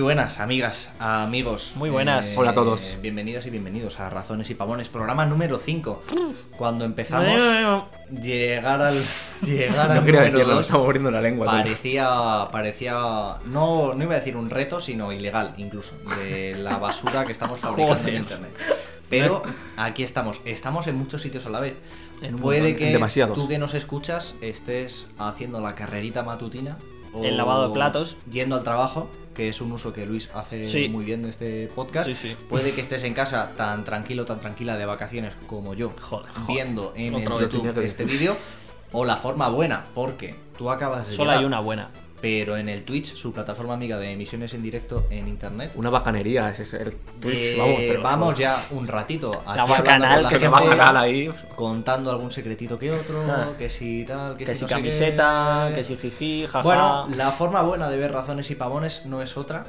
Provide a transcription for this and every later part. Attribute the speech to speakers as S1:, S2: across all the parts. S1: buenas, amigas, amigos. Eh,
S2: Muy buenas.
S3: Hola a todos.
S1: Bienvenidas y bienvenidos a Razones y Pavones, programa número 5. Cuando empezamos, llegar al. Llegar al
S3: No
S1: número
S3: quería decirlo, me
S1: dos
S3: estaba muriendo la lengua. tío.
S1: parecía. Parecía. No, no iba a decir un reto, sino ilegal, incluso. De la basura que estamos fabricando en
S2: Joder.
S1: internet. Pero aquí estamos. Estamos en muchos sitios a la vez.
S2: En un
S1: Puede
S2: montón.
S1: que
S3: Demasiados.
S1: tú que nos escuchas estés haciendo la carrerita matutina. o
S2: El lavado de platos.
S1: Yendo al trabajo, que es un uso que Luis hace
S2: Sí.
S1: muy bien de este podcast.
S2: Sí, sí.
S1: Puede que estés en casa tan tranquilo, tan tranquila de vacaciones como yo,
S2: Joder, joder.
S1: viendo en el
S2: Otra
S3: vez tenía
S1: YouTube
S3: que
S1: este
S3: decir.
S1: vídeo. O la forma buena, porque tú acabas de
S2: Solo
S1: llegar,
S2: hay una buena.
S1: pero en el Twitch, su plataforma amiga de emisiones en directo en internet.
S3: Una bacanería, ese es el Twitch.
S1: que
S3: vamos, pero
S1: Eh, vamos ya un ratito. aquí
S2: La
S1: hablando con
S2: bacanal, que
S3: Que
S2: se
S3: se
S1: gente,
S3: va a cagar ahí.
S1: Contando algún secretito que otro,
S2: Ah.
S1: que si tal, que,
S2: Que si
S1: no sé qué.
S2: camiseta, que si jiji, jaja.
S1: Bueno, la forma buena de ver razones y pavones no es otra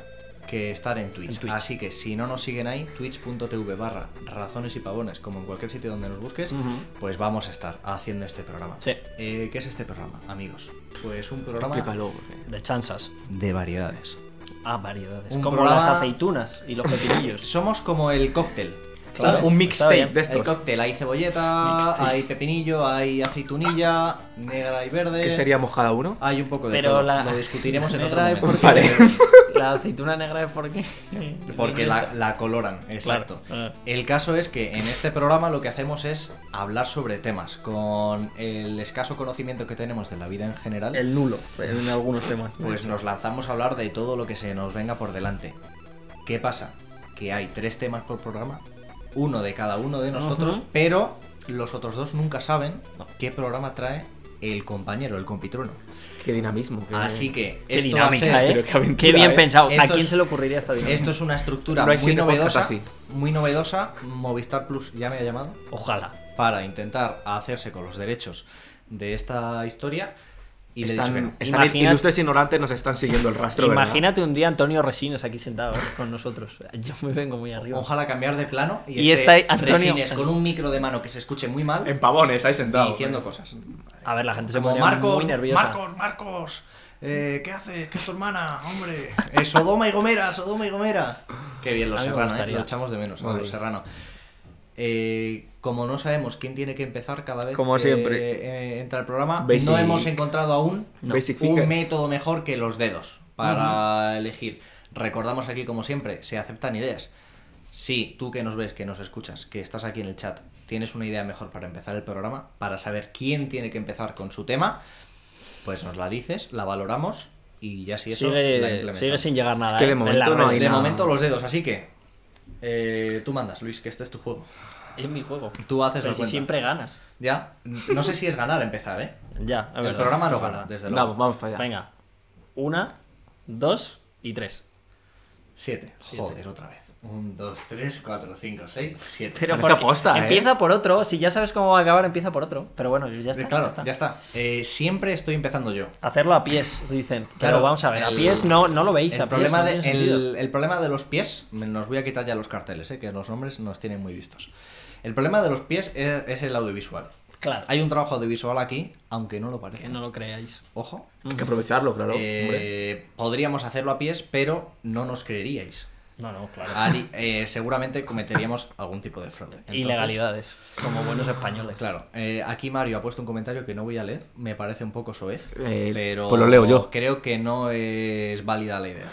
S1: que estar en Twitch.
S2: En Twitch.
S1: Así que si no nos siguen ahí, twitch.tv barra razones y pavones, como en cualquier sitio donde nos busques,
S2: Ujú.
S1: pues vamos a estar haciendo este programa.
S2: Sí.
S1: Eh, ¿Qué es este programa, amigos? Pues un programa
S3: Explícalo.
S2: De chanzas.
S1: de variedades.
S2: Ah, variedades.
S1: Un
S2: Como
S1: programa-
S2: las aceitunas y los pepinillos.
S1: Somos como el cóctel.
S2: Claro.
S3: Un
S2: Está
S3: mixtape
S2: bien.
S3: de
S1: El
S3: estos.
S1: cóctel, hay cebolleta,
S2: Mixtape.
S1: hay pepinillo, hay aceitunilla, negra y verde.
S3: ¿Qué seríamos cada uno?
S1: Hay un poco de
S2: Pero
S1: todo.
S2: la.
S1: Lo discutiremos en otro
S2: negra es
S1: momento.
S2: porque-
S3: Vale.
S2: La aceituna negra es porque.
S1: Porque la, la coloran, exacto.
S2: Claro. eh.
S1: El caso es que en este programa lo que hacemos es hablar sobre temas con el escaso conocimiento que tenemos de la vida en general.
S2: El nulo, en algunos temas.
S1: Pues nos lanzamos a hablar de todo lo que se nos venga por delante. ¿Qué pasa? Que hay tres temas por programa, uno de cada uno de nosotros,
S2: Ujú.
S1: pero los otros dos nunca saben
S2: No.
S1: qué programa trae el compañero, el compitruno.
S3: Qué dinamismo. qué-
S1: Así ah, que
S2: Qué
S1: Pues esto va a
S2: dinámica,
S1: ser-
S2: ¿eh?
S3: Pero qué aventura,
S2: Qué bien
S3: ¿eh?
S2: pensado. ¿A
S1: Esto
S2: quién
S1: es-
S2: se le ocurriría esta dinámica?
S1: Esto es una estructura
S3: No hay
S1: muy
S3: siete podcasts
S1: novedosa,
S3: así.
S1: muy novedosa. Movistar Plus ya me ha llamado
S2: Ojalá.
S1: para intentar hacerse con los derechos de esta historia y le he dicho que no.
S3: Están, están
S2: Imagina-
S3: ilustres ignorantes nos están siguiendo el rastro. ¿verdad?
S2: Imagínate un día Antonio Resines aquí sentado ¿eh? con nosotros. Yo me vengo muy arriba.
S1: Ojalá cambiar de plano y,
S2: Y
S1: esté
S2: está Antonio-
S1: Resines con un micro de mano que se escuche muy mal
S3: En pavones, ahí sentado.
S1: y diciendo cosas.
S2: A ver, la gente se
S1: Como
S2: pone
S1: Marcos,
S2: muy nerviosa.
S1: Marcos, Marcos, eh, ¿qué haces? ¿Qué es tu hermana? Hombre, Eh, Sodoma y Gomera, Sodoma y Gomera. Qué bien, los
S2: A mí me
S1: Serrano, eh,
S2: gustaría.
S1: lo echamos de menos, a
S3: Muy
S1: los
S3: bien.
S1: Serrano. Eh, como no sabemos quién tiene que empezar cada vez
S3: Como
S1: que
S3: siempre.
S1: eh, entra el programa,
S3: Basic-
S1: no hemos encontrado aún
S3: No. Basic
S1: un
S3: figures.
S1: método mejor que los dedos para elegir. Recordamos aquí, como siempre, se aceptan ideas. Si tú que nos ves, que nos escuchas, que estás aquí en el chat, tienes una idea mejor para empezar el programa, para saber quién tiene que empezar con su tema, pues nos la dices, la valoramos y ya si eso la
S2: Sigue,
S1: implementamos.
S2: sigue sin llegar nada.
S3: Que de
S2: ¿eh? En
S3: momento
S2: las
S3: no hay
S2: redes.
S1: De
S3: nada.
S1: momento los dedos, así que eh, tú mandas, Luis, que este es tu juego.
S2: Es mi juego.
S1: Tú haces
S2: Pero
S1: la
S2: si
S1: cuenta.
S2: siempre ganas.
S1: Ya, no sé si es ganar empezar, ¿eh?
S2: Ya, es
S1: El
S2: verdad.
S1: programa no gana, desde luego.
S3: Vamos, vamos para allá.
S2: Venga. Una, dos y tres.
S1: Siete. Joder, otra vez. Un, dos, tres, cuatro, cinco, seis, siete.
S2: Pero
S3: Parece
S2: porque
S3: aposta, ¿eh?
S2: empieza por otro. Si ya sabes cómo va a acabar, empieza por otro. Pero bueno, ya está.
S1: claro,
S2: ya está.
S1: ya está. Eh, siempre estoy empezando yo.
S2: Hacerlo a pies, dicen.
S1: Claro,
S2: pero vamos a ver, a
S1: el-
S2: pies no, no lo veis.
S1: El
S2: a pies
S1: problema,
S2: no
S1: de,
S2: tiene
S1: el,
S2: sentido.
S1: el problema de los pies, me- nos voy a quitar ya los carteles, eh, que los nombres nos tienen muy vistos. El problema de los pies es, es el audiovisual.
S2: Claro,
S1: Hay un trabajo audiovisual aquí, aunque no lo parezca.
S2: que no lo creáis.
S1: Ojo.
S3: Hay que aprovecharlo, claro. hombre.
S1: Eh, podríamos hacerlo a pies, pero no nos creeríais.
S2: No, no, claro.
S1: Ari- eh, seguramente cometeríamos algún tipo de fraude. Entonces,
S2: Ilegalidades, como buenos españoles.
S1: Claro, eh, aquí Mario ha puesto un comentario que no voy a leer, me parece un poco soez,
S3: Eh,
S1: pero
S3: pues lo leo yo.
S1: creo que no es válida la idea.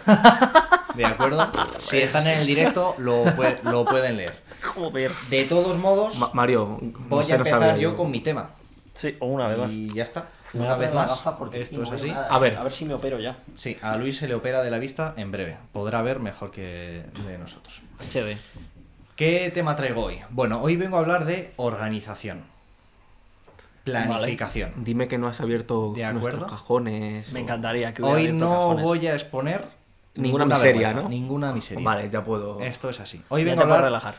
S1: ¿De acuerdo? Si están en el directo, lo, pue- lo pueden leer.
S2: Joder.
S1: De todos modos,
S3: Ma- Mario,
S1: voy
S3: no
S1: a
S3: se nos
S1: empezar
S3: abre.
S1: yo con mi tema.
S2: Sí, o una vez más.
S1: Y ya está.
S2: Me voy
S1: Una
S2: a poner
S1: vez
S2: la
S1: más,
S2: gafa porque
S1: esto
S2: no
S1: es
S2: veo
S1: así.
S2: nada.
S3: A ver.
S2: a ver si me opero ya.
S1: Sí, a Luis se le opera de la vista en breve. Podrá ver mejor que de nosotros.
S2: Chévere.
S1: ¿Qué tema traigo hoy? Bueno, hoy vengo a hablar de organización. Planificación.
S3: Dime que no has abierto
S1: De acuerdo.
S3: nuestros cajones.
S2: Me
S3: o-
S2: encantaría que hubiera
S1: Hoy
S2: abierto
S1: no
S2: cajones.
S1: voy a exponer
S3: Ninguna miseria,
S1: vergüenza,
S3: ¿no?
S1: Ninguna miseria.
S3: Vale, ya puedo.
S1: Esto es así. Hoy
S2: Ya
S1: vengo a
S2: te
S1: hablar
S2: puedes relajar.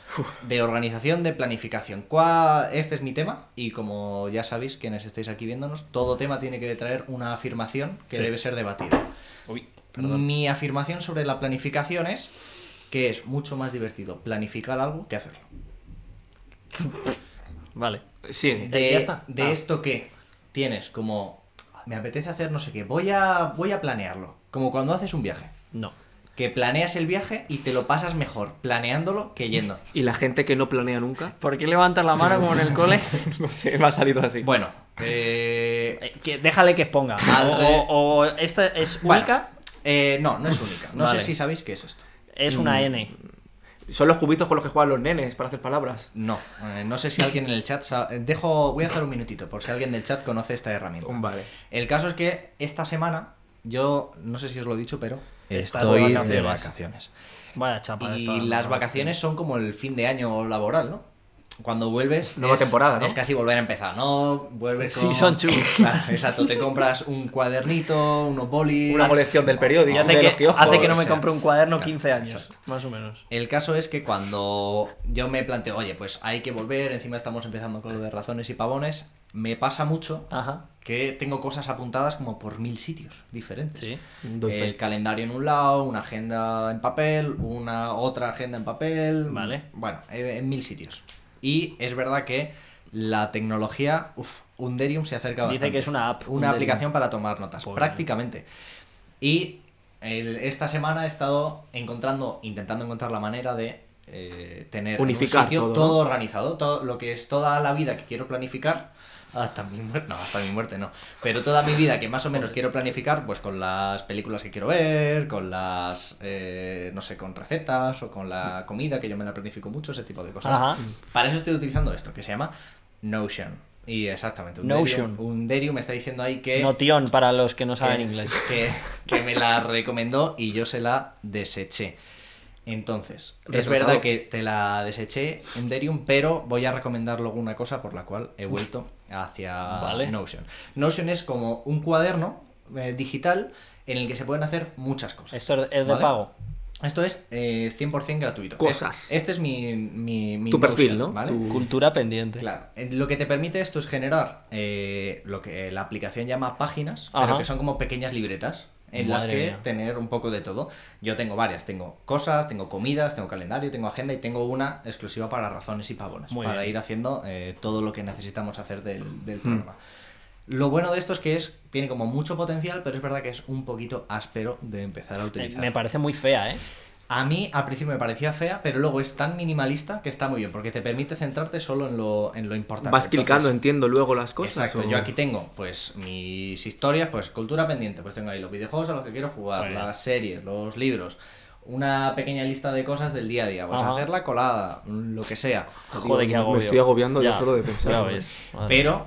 S1: de organización, de planificación. ¿Cuál- Este es mi tema y como ya sabéis quienes estáis aquí viéndonos, todo tema tiene que traer una afirmación que
S2: Sí.
S1: debe ser debatida.
S2: Uy, perdón.
S1: Mi afirmación sobre la planificación es que es mucho más divertido planificar algo que hacerlo.
S2: Vale.
S3: Sigue.
S1: de,
S2: ya está.
S1: de
S2: Ah.
S1: esto que tienes como me apetece hacer no sé qué, voy a voy a planearlo, como cuando haces un viaje.
S2: No.
S1: que planeas el viaje y te lo pasas mejor planeándolo que yendo.
S3: Y la gente que no planea nunca.
S2: ¿Por qué levantas la mano como en el cole?
S3: No sé, me ha salido así.
S1: Bueno, eh,
S2: Eh, que déjale que exponga.
S1: Madre.
S2: O, o- o esta es
S1: bueno,
S2: única,
S1: eh, no, no es única. No
S2: Vale.
S1: sé si sabéis qué es esto.
S2: es una N.
S3: Son los cubitos con los que juegan los nenes para hacer palabras.
S1: No, eh, no sé si alguien en el chat. sa- eh, Dejo, voy a dejar un minutito por si alguien del chat conoce esta herramienta.
S3: Vale.
S1: El caso es que esta semana, yo no sé si os lo he dicho, pero
S2: Estás
S1: estoy
S2: de
S1: de
S2: vacaciones.
S1: vacaciones.
S2: Vaya chapa.
S1: Y
S2: esta.
S1: las vacaciones son como el fin de año laboral, ¿no? Cuando vuelves.
S3: Nueva
S1: es,
S3: temporada, ¿no?
S1: Es casi volver a empezar, ¿no? Vuelves con.
S2: Season two.
S1: Claro, exacto, te compras un cuadernito, unos bolis.
S3: Una colección del
S2: Y
S3: periódico,
S2: hace,
S3: de los
S2: que,
S3: kioscos.
S2: hace que no
S1: o
S2: me
S1: sea.
S2: compre un cuaderno
S1: Claro,
S2: 15 años,
S1: exacto.
S2: más o menos.
S1: El caso es que cuando yo me planteo, oye, pues hay que volver, encima estamos empezando con lo de razones y pavones, me pasa mucho
S2: Ajá,
S1: que tengo cosas apuntadas como por mil sitios diferentes.
S2: sí.
S3: Doy fe.
S1: el calendario en un lado, una agenda en papel, una otra agenda en papel.
S2: Vale.
S1: Bueno, eh, en mil sitios. Y es verdad que la tecnología, uff, Underium se acerca bastante.
S2: Dice que es una app.
S1: Una aplicación para tomar notas,
S2: Pobre.
S1: prácticamente. Y el- esta semana he estado encontrando, intentando encontrar la manera de eh, tener en un
S3: Unificar
S1: sitio
S3: todo, ¿no?
S1: organizado, todo lo que es toda la vida que quiero planificar. Hasta mi muerte, no, hasta mi muerte no. Pero toda mi vida que más o menos quiero planificar, pues con las películas que quiero ver, con las, eh, no sé, con recetas o con la comida, que yo me la planifico mucho, ese tipo de cosas.
S2: Ajá.
S1: Para eso estoy utilizando esto, que se llama Notion. Y exactamente, un
S2: Notion.
S1: Derium- un Derium me está diciendo ahí que, Eh,
S2: Notion para los que no saben
S1: que-
S2: inglés.
S1: que, que me la recomendó y yo se la deseché. Entonces, es
S3: Resultado.
S1: verdad que te la deseché en Derium, pero voy a recomendar luego una cosa por la cual he vuelto hacia
S2: Vale.
S1: Notion. Notion es como un cuaderno eh, digital en el que se pueden hacer muchas cosas.
S2: Esto es de
S1: ¿Vale?
S2: pago.
S1: Esto es eh, 100% gratuito.
S3: Cosas.
S1: Es- Este es mi, mi, mi
S3: Tu perfil,
S1: Notion,
S3: ¿no?
S1: ¿vale?
S3: Tu-
S2: Cultura pendiente.
S1: Claro, eh, lo que te permite esto es generar eh, lo que la aplicación llama páginas,
S2: Ajá.
S1: pero que son como pequeñas libretas en las
S2: Madre
S1: que
S2: mía.
S1: tener un poco de todo. Yo tengo varias, tengo cosas, tengo comidas, tengo calendario, tengo agenda y tengo una exclusiva para razones y pavones,
S2: Muy
S1: para
S2: bien.
S1: ir haciendo eh, todo lo que necesitamos hacer del, del programa. Lo bueno de esto es que es tiene como mucho potencial, pero es verdad que es un poquito áspero de empezar a
S2: Eh,
S1: utilizar.
S2: Me parece muy fea, ¿eh?
S1: A mí al principio me parecía fea, pero luego es tan minimalista que está muy bien, porque te permite centrarte solo en lo, en lo importante.
S3: Vas clicando,
S1: Entonces,
S3: entiendo luego las cosas.
S1: Exacto,
S3: o-
S1: yo aquí tengo pues mis historias, pues cultura pendiente, pues tengo ahí los videojuegos a los que quiero jugar,
S2: Muy bien.
S1: las series, los libros, una pequeña lista de cosas del día a día, pues
S2: Ajá.
S1: hacer la colada, lo que sea.
S2: Joder,
S3: Digo,
S2: qué
S3: me
S2: agobio.
S3: estoy agobiando yo
S2: Ya,
S3: solo de pensar.
S2: ya ves. Madre.
S1: Pero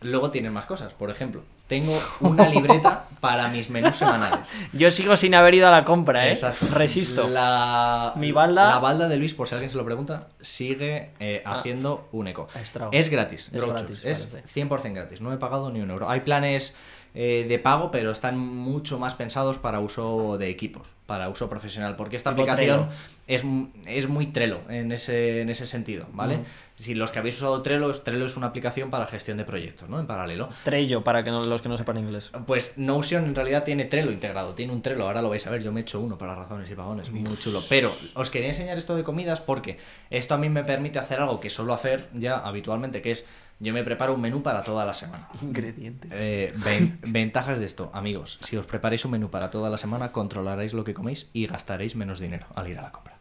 S1: luego tienen más cosas, por ejemplo, tengo una libreta para mis menús semanales.
S2: Yo sigo sin haber ido a la compra, ¿eh?
S1: Exacto.
S2: Resisto.
S1: La,
S2: Mi balda-
S1: La balda de Luis, por si alguien se lo pregunta, sigue eh,
S2: Ah.
S1: haciendo un eco.
S2: Estrago.
S1: Es gratis.
S2: Es
S1: Dropshot.
S2: gratis,
S1: Es
S2: parece.
S1: 100% gratis. No he pagado ni un euro. Hay planes eh, de pago, pero están mucho más pensados para uso de equipos, para uso profesional, porque esta
S2: Tipo
S1: aplicación
S2: Trello.
S1: es, m- es muy Trello en ese, en ese sentido, ¿vale?
S2: Ujú.
S1: Si los que habéis usado Trello, es- Trello es una aplicación para gestión de proyectos, ¿no? En paralelo.
S2: Trello, para que no- los que no sepan inglés.
S1: Pues Notion en realidad tiene Trello integrado, tiene un Trello, ahora lo vais a ver, yo me he hecho uno para razones y vagones, muy chulo. Pero os quería enseñar esto de comidas porque esto a mí me permite hacer algo que suelo hacer ya habitualmente, que es yo me preparo un menú para toda la semana.
S2: Ingrediente.
S1: Eh, ven- ventajas de esto, amigos, si os preparáis un menú para toda la semana, controlaréis lo que coméis y gastaréis menos dinero al ir a la compra.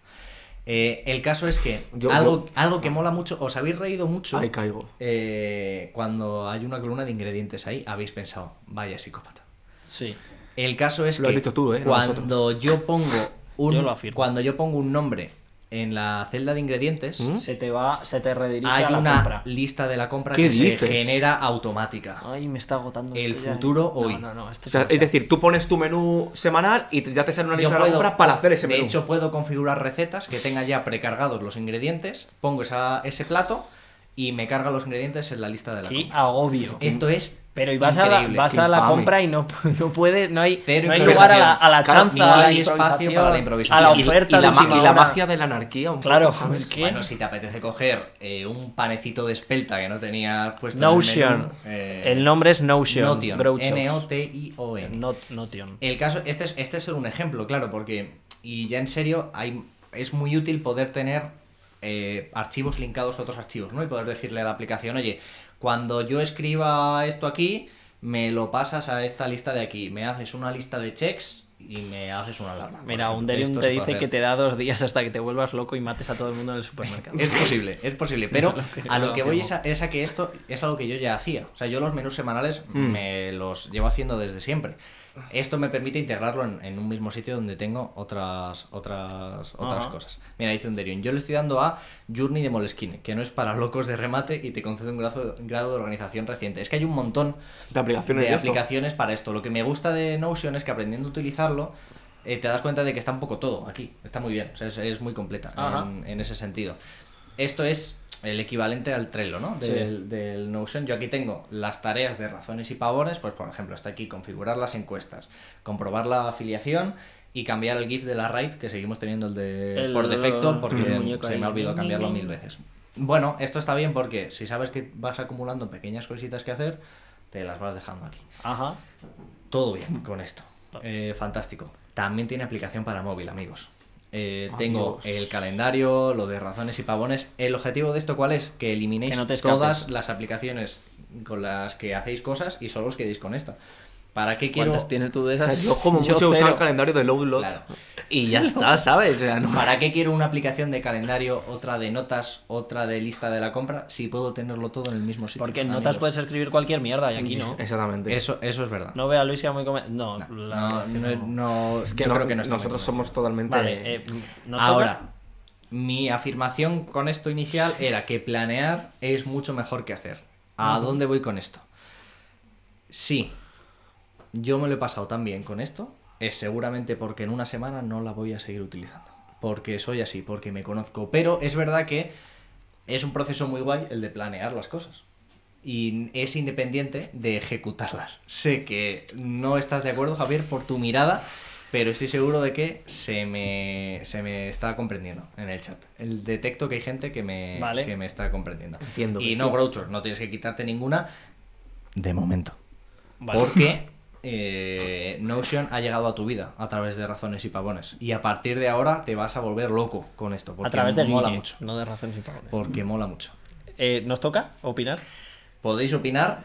S1: Eh, el caso es que
S3: Yo-
S1: algo, algo que mola mucho, os habéis reído mucho.
S3: Ahí caigo.
S1: Eh, cuando hay una columna de ingredientes ahí, habéis pensado, vaya psicópata.
S2: Sí.
S1: El caso es
S3: Lo has
S1: que
S3: dicho tú, ¿eh? No
S1: cuando yo pongo un
S2: Yo lo afirmo.
S1: cuando yo pongo un nombre en la celda de ingredientes,
S3: ¿Mm?
S2: Se te va, se te redirige
S1: hay
S2: a la
S1: una
S2: compra. Ah.
S1: lista de la compra
S3: ¿Qué
S1: que se
S3: dices?
S1: genera automática.
S2: Ay, me está agotando.
S1: El
S2: esto ya, ¿eh?
S1: futuro
S2: No,
S1: hoy.
S2: No, no, esto
S3: O sea,
S2: es
S3: es decir, tú pones tu menú semanal y te- ya te sale una
S1: Yo
S3: lista de
S1: puedo-
S3: compras para hacer ese
S1: de
S3: menú.
S1: hecho, puedo configurar recetas que tenga ya precargados los ingredientes, pongo esa- ese plato y me carga los ingredientes en la lista de la
S2: Qué
S1: compra.
S2: agobio.
S1: Esto es
S2: Pero y vas a la,
S1: increíble.
S2: vas a la
S3: infame.
S2: compra y no, no puedes, no hay,
S1: Cero
S2: no hay lugar a la, a la
S1: improvisación.
S2: chanza,
S1: Claro,
S2: a
S1: no
S2: la
S1: hay espacio para la improvisación.
S2: a la
S1: Y- y
S2: oferta
S3: y
S2: de
S3: la, ma-
S2: última
S3: y la
S2: hora.
S3: magia de la anarquía, un poco,
S2: Claro,
S3: ¿sabes?
S2: es que
S1: Bueno, si te apetece coger eh, un panecito de espelta que no tenías puesto en el
S2: Notion.
S1: menú, eh,
S2: el nombre es Notion.
S1: Notion,
S2: Groucho.
S1: N-O-T-I-O-N.
S2: Not- Notion.
S1: El caso, este es, este es solo un ejemplo, claro, porque, y ya en serio, hay, es muy útil poder tener eh, archivos linkados a otros archivos, ¿no? Y poder decirle a la aplicación, oye, cuando yo escriba esto aquí, me lo pasas a esta lista de aquí, me haces una lista de checks y me haces una alarma. por
S2: Mira,
S1: ejemplo.
S2: un Delium
S1: Esto
S2: te
S1: se puede
S2: dice que
S1: hacer.
S2: te da dos días hasta que te vuelvas loco y mates a todo el mundo en el supermercado.
S1: Es posible, es posible, pero a
S2: no
S1: lo
S2: lo
S1: que voy
S2: afirmo.
S1: es a, es a que esto es algo que yo ya hacía. O sea, yo los menús semanales
S2: Mm.
S1: me los llevo haciendo desde siempre. Esto me permite integrarlo en, en un mismo sitio donde tengo otras otras otras
S2: Ajá.
S1: cosas. Mira, dice Underion, yo le estoy dando a Journey de Moleskine, que no es para locos de remate y te concede un grado, grado de organización reciente. Es que hay un montón
S3: De aplicaciones.
S1: de
S3: de esto.
S1: aplicaciones para esto. Lo que me gusta de Notion es que aprendiendo a utilizarlo, eh, te das cuenta de que está un poco todo aquí. Está muy bien, o sea, es, es muy completa
S2: Ajá.
S1: en, en ese sentido. Esto es el equivalente al Trello, ¿no?
S2: Sí.
S1: Del, del Notion. Yo aquí tengo las tareas de razones y pavones, pues por ejemplo, está aquí configurar las encuestas, comprobar la afiliación y cambiar el GIF de la RAID, que seguimos teniendo el de
S2: El-
S1: Eh, por defecto, porque
S2: el muñeco
S1: se me ha
S2: ahí.
S1: olvidado
S2: Ding,
S1: cambiarlo
S2: ding,
S1: mil
S2: ding.
S1: veces. Bueno, esto está bien porque si sabes que vas acumulando pequeñas cositas que hacer, te las vas dejando aquí.
S2: Ajá.
S1: Todo bien con esto. Eh, fantástico. También tiene aplicación para móvil, amigos. Eh,
S3: Amigos.
S1: tengo el calendario, lo de razones y pavones. El objetivo de esto, ¿cuál es? Que eliminéis
S2: Que no te escapes.
S1: todas las aplicaciones con las que hacéis cosas y solo os quedéis con esta. ¿Para qué quiero?
S2: ¿Cuántas tienes tú de
S3: O sea,
S2: esas?
S3: yo como mucho usar
S2: cero.
S3: el calendario de Loadlot
S1: Claro.
S3: y ya está, ¿sabes? O sea, no-
S1: ¿Para qué quiero una aplicación de calendario, otra de notas, otra de lista de la compra, si puedo tenerlo todo en el mismo sitio?
S2: Porque en
S1: amigos?
S2: notas puedes escribir cualquier mierda y aquí no.
S3: Exactamente.
S1: Eso, eso es verdad.
S2: No veo a Luis que era muy come- No, la-
S1: No, no, no-
S3: Es que
S1: yo
S3: no-
S1: creo que no está muy convencido.
S3: nosotros somos totalmente.
S2: Vale, eh, ¿nos
S1: Ahora,
S2: toca?
S1: mi afirmación con esto inicial era que planear es mucho mejor que hacer.
S2: Ah.
S1: ¿A dónde voy con esto? Sí, yo me lo he pasado tan bien con esto, es seguramente porque en una semana no la voy a seguir utilizando. Porque soy así, porque me conozco. Pero es verdad que es un proceso muy guay el de planear las cosas. Y es independiente de ejecutarlas. Sé que no estás de acuerdo, Javier, por tu mirada, pero estoy seguro de que se me, se me está comprendiendo en el chat. El detecto que hay gente que me,
S2: Vale.
S1: que me está comprendiendo.
S3: Entiendo
S1: y
S3: que
S1: no,
S3: sí.
S1: Grouchers, no tienes que quitarte ninguna de momento.
S2: Vale.
S1: Porque eh, Notion ha llegado a tu vida a través de razones y pavones. Y a partir de ahora te vas a volver loco con esto. Porque
S2: a través de
S1: mola
S2: Guille,
S1: mucho.
S2: no de razones y pavones.
S1: Porque mola mucho.
S2: Eh, ¿Nos toca opinar?
S1: Podéis opinar.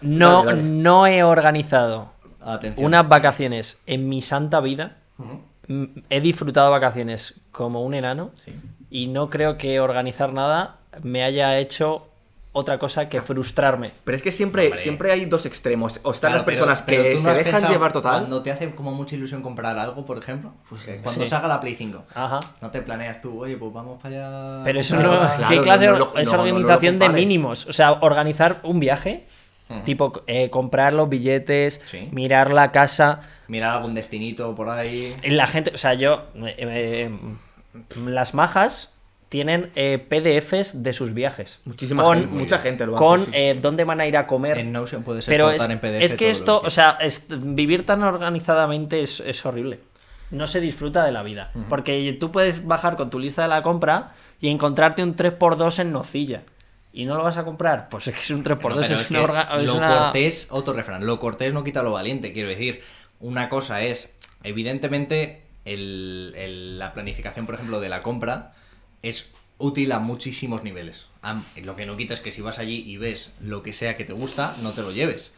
S2: No,
S3: Dale, dale.
S2: no he organizado
S1: Atención.
S2: unas vacaciones en mi santa vida.
S1: Ujú.
S2: Mm, He disfrutado vacaciones como un enano
S1: Sí.
S2: y no creo que organizar nada me haya hecho otra cosa que frustrarme.
S3: Pero es que siempre,
S1: Hombre.
S3: siempre hay dos extremos. O están
S1: Claro,
S3: las personas
S1: pero- pero
S3: que
S1: tú no
S3: se
S1: has
S3: dejan
S1: pensado
S3: llevar total.
S1: Cuando te hace como mucha ilusión comprar algo, por ejemplo, que cuando
S2: sí.
S1: salga la Play 5,
S2: Ajá.
S1: no te planeas tú, oye, pues vamos para allá.
S2: Pero eso
S1: Claro,
S2: no,
S1: claro.
S2: ¿qué
S3: no,
S2: clase
S3: no lo-
S2: es
S3: no, no, no lo
S2: organización de
S3: compares.
S2: mínimos? O sea, organizar un viaje,
S1: Ujú.
S2: tipo eh, comprar los billetes,
S1: Sí.
S2: mirar la casa,
S1: Mirar algún destinito por ahí.
S2: la gente, o sea, yo, eh, eh, las majas tienen eh, PDFs de sus viajes.
S3: Muchísima
S2: Con-
S3: gente, mucha gente lo hace.
S2: Con
S3: sí, sí.
S2: eh, dónde van a ir a comer.
S1: En Notion puedes
S2: Pero es,
S1: exportar en PDF.
S2: es que
S1: todo
S2: esto,
S1: lo
S2: o sea, es- vivir tan organizadamente es, es horrible. No se disfruta de la vida. Porque tú puedes bajar con tu lista de la compra y encontrarte un 3x2 en nocilla. ¿Y no lo vas a comprar? Pues es que es un 3x2.
S1: Bueno, pero
S2: es,
S1: es
S2: una
S1: que
S2: orga- es
S1: lo
S2: una-
S1: cortés, otro refrán, lo cortés no quita lo valiente, quiero decir, una cosa es, evidentemente, el- el- la planificación, por ejemplo, de la compra es útil a muchísimos niveles. Am- Lo que no quita es que si vas allí y ves lo que sea que te gusta, no te lo lleves.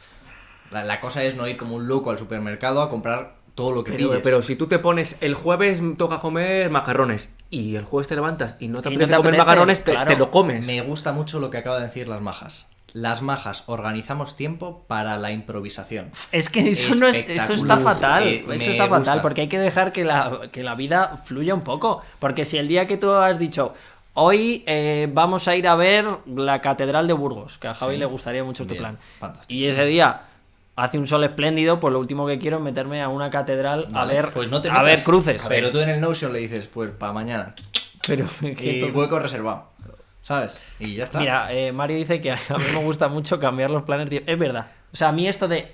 S1: La, la cosa es no ir como un loco al supermercado a comprar todo lo que
S3: Pero,
S1: pilles.
S3: pero si tú te pones el jueves toca comer macarrones y el jueves te levantas y no te
S2: Y no
S3: apetece
S2: te
S3: comer
S2: apetece,
S3: macarrones, te,
S2: claro.
S3: te lo comes.
S1: Me gusta mucho lo que acaba de decir las majas. Las majas organizamos tiempo para la improvisación.
S2: Es que eso no es, eso está
S1: Espectacular.
S2: fatal.
S1: Eh, me
S2: eso está fatal,
S1: gusta.
S2: porque hay que dejar que la, que la vida fluya un poco. Porque si el día que tú has dicho, hoy eh, vamos a ir a ver la Catedral de Burgos, que a Javi
S1: Sí.
S2: le gustaría mucho este
S1: Bien,
S2: plan.
S1: fantástico.
S2: Y ese día hace un sol espléndido, pues lo último que quiero es meterme a una catedral
S1: Vale,
S2: a ver,
S1: pues no te
S2: a
S1: metas.
S2: ver cruces.
S1: Pero tú Eh, en el Notion le dices, pues para mañana.
S2: Pero es que
S1: Y
S2: todo-
S1: hueco reservado. ¿Sabes? Y ya está.
S2: Mira, eh, Mario dice que a mí me gusta mucho cambiar los planes. de- Es verdad. O sea, a mí esto de.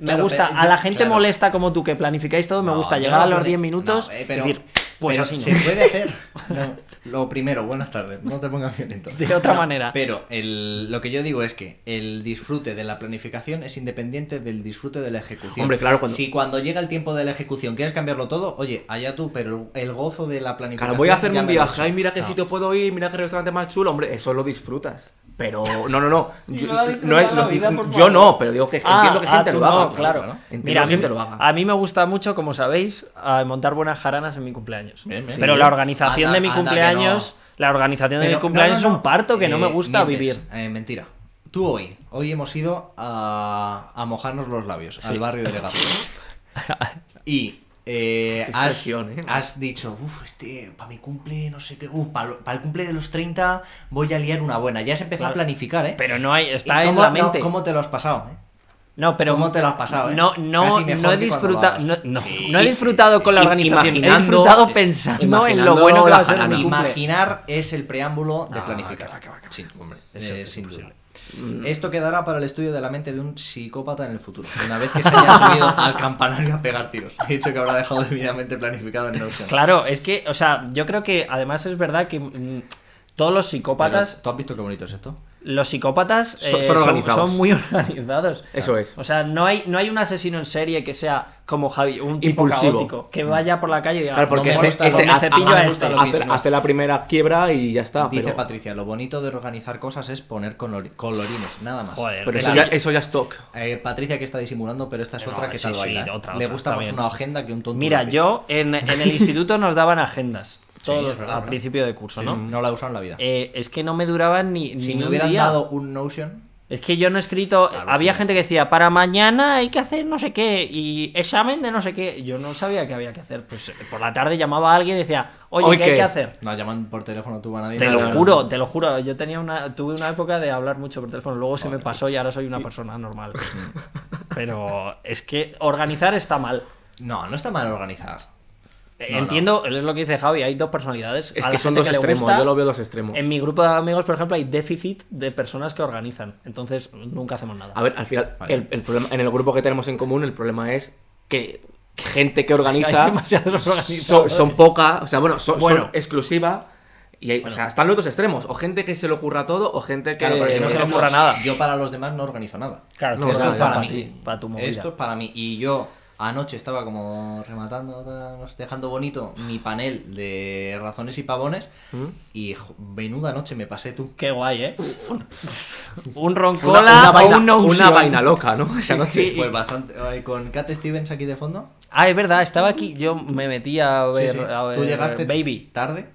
S2: Me
S1: Claro,
S2: gusta.
S1: pero
S2: a la
S1: yo-
S2: gente
S1: claro.
S2: molesta como tú que planificáis todo. Me
S1: No,
S2: gusta
S1: yo
S2: llegar
S1: no
S2: a los
S1: pone-
S2: 10 minutos
S1: No, eh,
S2: y
S1: pero-
S2: decir, pues
S1: pero
S2: así
S1: Se
S2: no.
S1: puede hacer. No, lo primero, buenas tardes. No te pongas violento.
S2: De otra
S1: No,
S2: manera.
S1: Pero el- lo que yo digo es que el disfrute de la planificación es independiente del disfrute de la ejecución.
S3: Hombre, claro, cuando-
S1: Si cuando llega el tiempo de la ejecución quieres cambiarlo todo, oye, allá tú, pero el gozo de la planificación.
S3: Claro, voy a hacerme
S1: ya
S3: un
S1: me lo he
S3: viaje,
S1: hecho.
S3: ay, mira qué
S1: No.
S3: sitio puedo ir, mira qué restaurante más chulo, hombre, eso lo disfrutas. Pero, no, no, no.
S2: Y
S3: Yo,
S2: lo ha disfrutado
S3: no es-
S2: la
S3: no-
S2: vida, por
S3: yo
S2: favor.
S3: no, pero digo que entiendo que
S2: Ah,
S3: gente
S2: ah, tú
S3: lo haga.
S2: no, claro.
S3: Entiendo
S2: Mira, a
S3: que gente
S2: mí,
S3: lo haga.
S2: a mí me gusta mucho, como sabéis, a montar buenas jaranas en mi cumpleaños.
S1: Bien, bien.
S2: Pero
S1: Sí.
S2: la organización
S1: Anda-
S2: de mi
S1: anda que
S2: cumpleaños, la organización de
S1: Pero-
S2: mi cumpleaños
S1: no, no,
S2: es un parto que no me
S1: Eh,
S2: gusta
S1: mientes.
S2: vivir.
S1: Eh, mentira. Tú hoy, hoy hemos ido a, a mojarnos los labios al barrio de Legazpi. y eh,
S3: Qué
S1: has,
S3: expresión, ¿eh?
S1: has dicho, uff, este, para mi cumple, no sé qué, uff, para el cumple de los 30 voy a liar una buena. Ya has empezado a
S2: Claro.
S1: planificar, ¿eh?
S2: Pero no hay,
S1: ¿Y
S2: está en
S1: cómo-
S2: la
S1: no,
S2: mente.
S1: ¿Cómo te lo has pasado? eh?
S2: No, pero
S1: ¿Cómo te lo has pasado, eh?
S2: No, no,
S1: Casi mejor
S2: no he
S1: que cuando lo
S2: disfrutado, no,
S1: hagas.
S2: no,
S1: Sí,
S2: no he
S1: sí,
S2: disfrutado
S1: sí.
S2: con la
S3: I-
S2: organización. He
S3: imaginando-
S2: disfrutado
S3: sí, sí.
S2: pensando en lo
S3: Imaginando
S2: bueno que va a
S3: la
S2: ser mi
S3: jarana.
S2: cumple.
S1: Imaginar es el preámbulo de
S2: Ah,
S1: planificar.
S2: que va, que va, que va.
S1: Sí, hombre,
S2: Eso
S1: eh,
S2: es pues
S1: sin duda.
S2: imposible.
S1: Esto quedará para el estudio de la mente de un psicópata en el futuro. Una vez que se haya subido al campanario a pegar tiros. He dicho que habrá dejado debidamente planificado en Notion.
S2: Claro, es que, o sea, yo creo que además es verdad que mm, todos los
S1: Pero,
S2: psicópatas,
S1: ¿Tú has visto qué bonito es esto?
S2: los psicópatas
S3: Son-
S2: eh,
S3: son
S2: son,
S3: organizados.
S2: son muy organizados.
S3: Eso es.
S2: O sea, no hay, no hay un asesino en serie que sea como Javi, un tipo
S3: Impulsivo.
S2: caótico, que vaya por la calle y diga,
S3: Claro, porque
S1: No me
S3: ese-
S1: gusta lo
S3: ese-
S1: que-
S2: me
S3: ha-
S2: cepillo
S3: ha-
S2: a
S3: ha-
S2: este.
S1: lo que
S3: hace,
S1: insinúa.
S3: hace la primera quiebra y ya está.
S1: Dice
S3: pero,
S1: Patricia, lo bonito de organizar cosas es poner color- colorines, nada más.
S2: Joder,
S3: pero eso,
S2: Claro.
S3: ya, eso ya es stock.
S1: Eh, Patricia que está disimulando, pero esta es
S2: No,
S1: otra que
S2: sí,
S1: tal
S2: sí,
S1: baila, ¿eh?
S2: otra,
S1: Le
S2: otra,
S1: gusta
S2: está
S1: más
S2: bien.
S1: una agenda que un tonto.
S2: Mira,
S1: lápiz.
S2: yo en, en el instituto nos daban agendas todos
S1: es
S2: los-
S1: verdad,
S2: al
S1: ¿verdad?
S2: principio de curso,
S1: Sí,
S2: ¿no?
S1: No la he usado en la vida.
S2: Eh, es que no me duraban ni,
S1: si
S2: ni
S1: me
S2: un
S1: hubieran
S2: día.
S1: dado un Notion,
S2: Es que yo no he escrito.
S1: Claro,
S2: había
S1: sí,
S2: gente que decía, para mañana hay que hacer no sé qué y examen de no sé qué. Yo no sabía qué había que hacer. Pues eh, por la tarde llamaba a alguien y decía, oye,
S3: Hoy
S2: ¿qué,
S3: qué".
S2: hay que hacer?
S1: no llaman por teléfono tú a nadie.
S2: Te
S1: no,
S2: lo
S1: no, no.
S2: juro, te lo juro. Yo tenía una, tuve una época de hablar mucho por teléfono. Luego se me pasó y ahora soy una persona normal. Pero es que organizar está mal.
S1: No, no está mal organizar.
S2: Eh,
S1: No, no.
S2: Entiendo, es lo que dice Javi, hay dos personalidades.
S3: Es
S2: A
S3: que
S2: la
S3: son
S2: gente
S3: dos
S2: le
S3: extremos.
S2: gusta,
S3: Yo lo veo dos extremos.
S2: En mi grupo de amigos, por ejemplo, hay déficit de personas que organizan. Entonces, nunca hacemos nada.
S3: A ver, al final,
S1: Vale.
S3: el, el problema, en el grupo que tenemos en común, el problema es que gente que organiza
S2: Hay demasiados
S3: son,
S2: organizadores.
S3: son poca, o sea, bueno, son, son
S2: Bueno.
S3: exclusiva. Y hay- o sea, están los dos extremos, o gente que se le ocurra todo, o gente que...
S1: Claro, porque no se
S2: no
S1: me
S2: le ocurra
S1: ocurra
S2: nada.
S1: nada. Yo para los demás no organizo nada.
S2: Claro,
S3: No,
S2: tú
S1: Esto
S3: nada,
S1: es
S2: organizas
S1: para
S2: para
S1: mí.
S2: ti, para tu movida.
S1: Esto es para mí. Y yo anoche estaba como rematando, tal, dejando bonito mi panel de razones y pavones.
S3: ¿Mm?
S1: Y jo, menuda noche me pasé tú.
S2: Qué guay, ¿eh? Un- Un
S3: Una,
S2: roncola
S3: una vaina,
S2: o un Notion.
S3: una vaina loca, ¿no? Esa noche.
S2: Sí.
S1: Pues bastante. eh, Con Cat Stevens aquí de fondo.
S2: Ah, es verdad, estaba aquí. Yo me metí a
S1: Sí,
S2: ver,
S1: sí.
S2: a ver
S1: Tú llegaste
S2: Baby.
S1: tarde.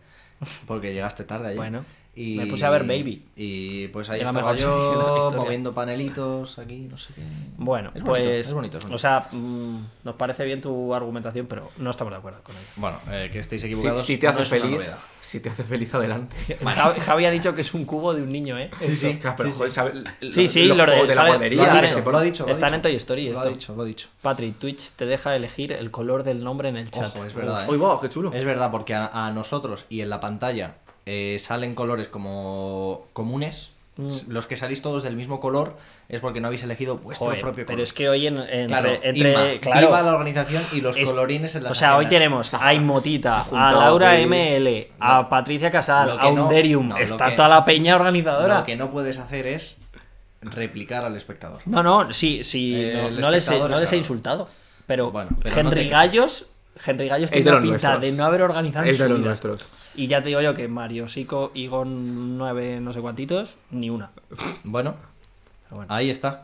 S1: Porque llegaste tarde ayer.
S2: Bueno,
S1: Y-
S2: me puse a ver Baby.
S1: Y pues ahí
S2: Era
S1: estaba
S2: mejor serie de la
S1: yo
S2: historia.
S1: moviendo panelitos aquí, no sé qué.
S2: Bueno,
S1: Es bonito,
S2: pues.
S1: es bonito, es bonito.
S2: O sea, mm, nos parece bien tu argumentación, pero no estamos de acuerdo con ella.
S1: Bueno, eh, que estéis
S3: Si-
S1: equivocados.
S3: si te hace
S1: no es una
S3: feliz,
S1: novedad.
S3: si te hace feliz adelante.
S2: Javi, Javi ha dicho que es un cubo de un niño, ¿eh?
S1: Sí, sí.
S3: Claro, pero,
S1: sí,
S3: joder,
S1: sí.
S3: sabe-
S2: Sí, sí,
S3: los
S2: lo de-
S3: juegos de la
S2: sabe-
S1: Lo
S3: guardería. ¿eh?
S1: ha
S2: Lo
S1: dicho,
S2: diré.
S1: lo ha dicho. lo ha
S2: Está en
S1: dicho.
S2: Toy
S1: Lo
S2: Story
S1: ha
S2: esto.
S1: dicho, lo ha dicho.
S2: Patri, Twitch te deja elegir el color del nombre en el chat.
S1: Ojo, es verdad.
S3: Uy,
S1: ¿eh?
S3: wow, qué chulo.
S1: Es verdad, porque a, a nosotros y en la pantalla eh, salen colores como comunes.
S2: Mm.
S1: Los que salís todos del mismo color es porque no habéis elegido vuestro
S2: Joder,
S1: propio color.
S2: pero es que hoy en, entre,
S1: claro,
S2: entre-
S1: Inma,
S2: claro,
S1: viva la organización y los
S2: es-
S1: colorines en las
S2: O sea, hoy
S1: agendas.
S2: tenemos a Imotita, a
S3: juntado
S2: Laura
S3: aquí.
S2: ML, a Patricia Casal,
S1: Lo que
S2: a
S1: no-
S2: Underium.
S1: no, lo
S2: Está
S1: que-
S2: toda la peña organizadora.
S1: Lo que no puedes hacer es replicar al espectador.
S2: No, no, sí, sí,
S1: Eh,
S2: no-
S1: el
S2: no, les he,
S1: espectador
S2: no
S1: es
S2: les he
S1: algo.
S2: insultado. Pero,
S1: Bueno, pero no te
S2: Henry
S1: quejes.
S2: Gallos, Henry Gallos
S3: Es
S2: tiene
S3: de
S2: una
S3: los
S2: pinta
S3: nuestros.
S2: de no haber organizado en
S3: Es de
S2: su
S3: los
S2: vida.
S3: nuestros.
S2: Y ya te digo yo que Mario, Sico, Igon 9, no sé cuantitos, ni una.
S1: Bueno,
S2: Pero bueno.
S1: ahí está.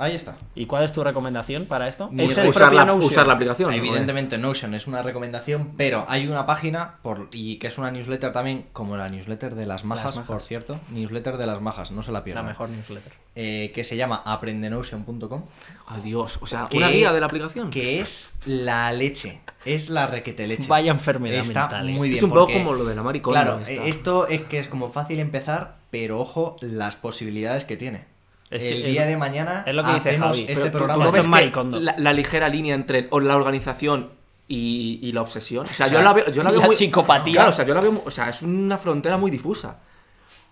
S1: Ahí está.
S2: ¿Y cuál es tu recomendación para esto?
S1: Ni
S2: Es el
S3: usar,
S2: propio
S3: la,
S2: Notion.
S3: usar la aplicación. ¿no? eh.
S1: Evidentemente Notion es una recomendación, pero hay una página por, y que es una newsletter también, como la newsletter de las majas,
S2: majas.
S1: por cierto, newsletter de las majas, no se la
S2: La
S1: pierdan,
S2: mejor newsletter.
S1: eh, que se llama aprendenotion.com,
S3: Adiós. O sea,
S1: Que-
S3: una guía de la aplicación.
S1: que es la leche, es la requete leche.
S2: Vaya enfermedad
S1: Está
S2: mental. ¿eh?
S1: muy bien.
S3: es un poco
S1: porque-
S3: como lo de la maricona.
S1: Claro,
S3: esta.
S1: eh, esto es que es como fácil empezar, pero ojo las posibilidades que tiene.
S2: Es que
S1: el
S2: es
S1: día
S2: lo-
S1: de mañana
S2: es lo que dice
S1: hacemos
S2: Javi,
S1: este
S3: Pero tú-
S1: programa.
S3: ¿tú no
S2: Esto es
S3: ves que
S2: maricondo.
S3: la, la ligera línea entre o- la organización y, y la obsesión. O sea,
S1: O sea,
S3: yo la veo, yo la veo
S2: la
S3: muy-
S2: psicopatía.
S3: Claro, o sea, yo la veo, mu- o sea, es una frontera muy difusa.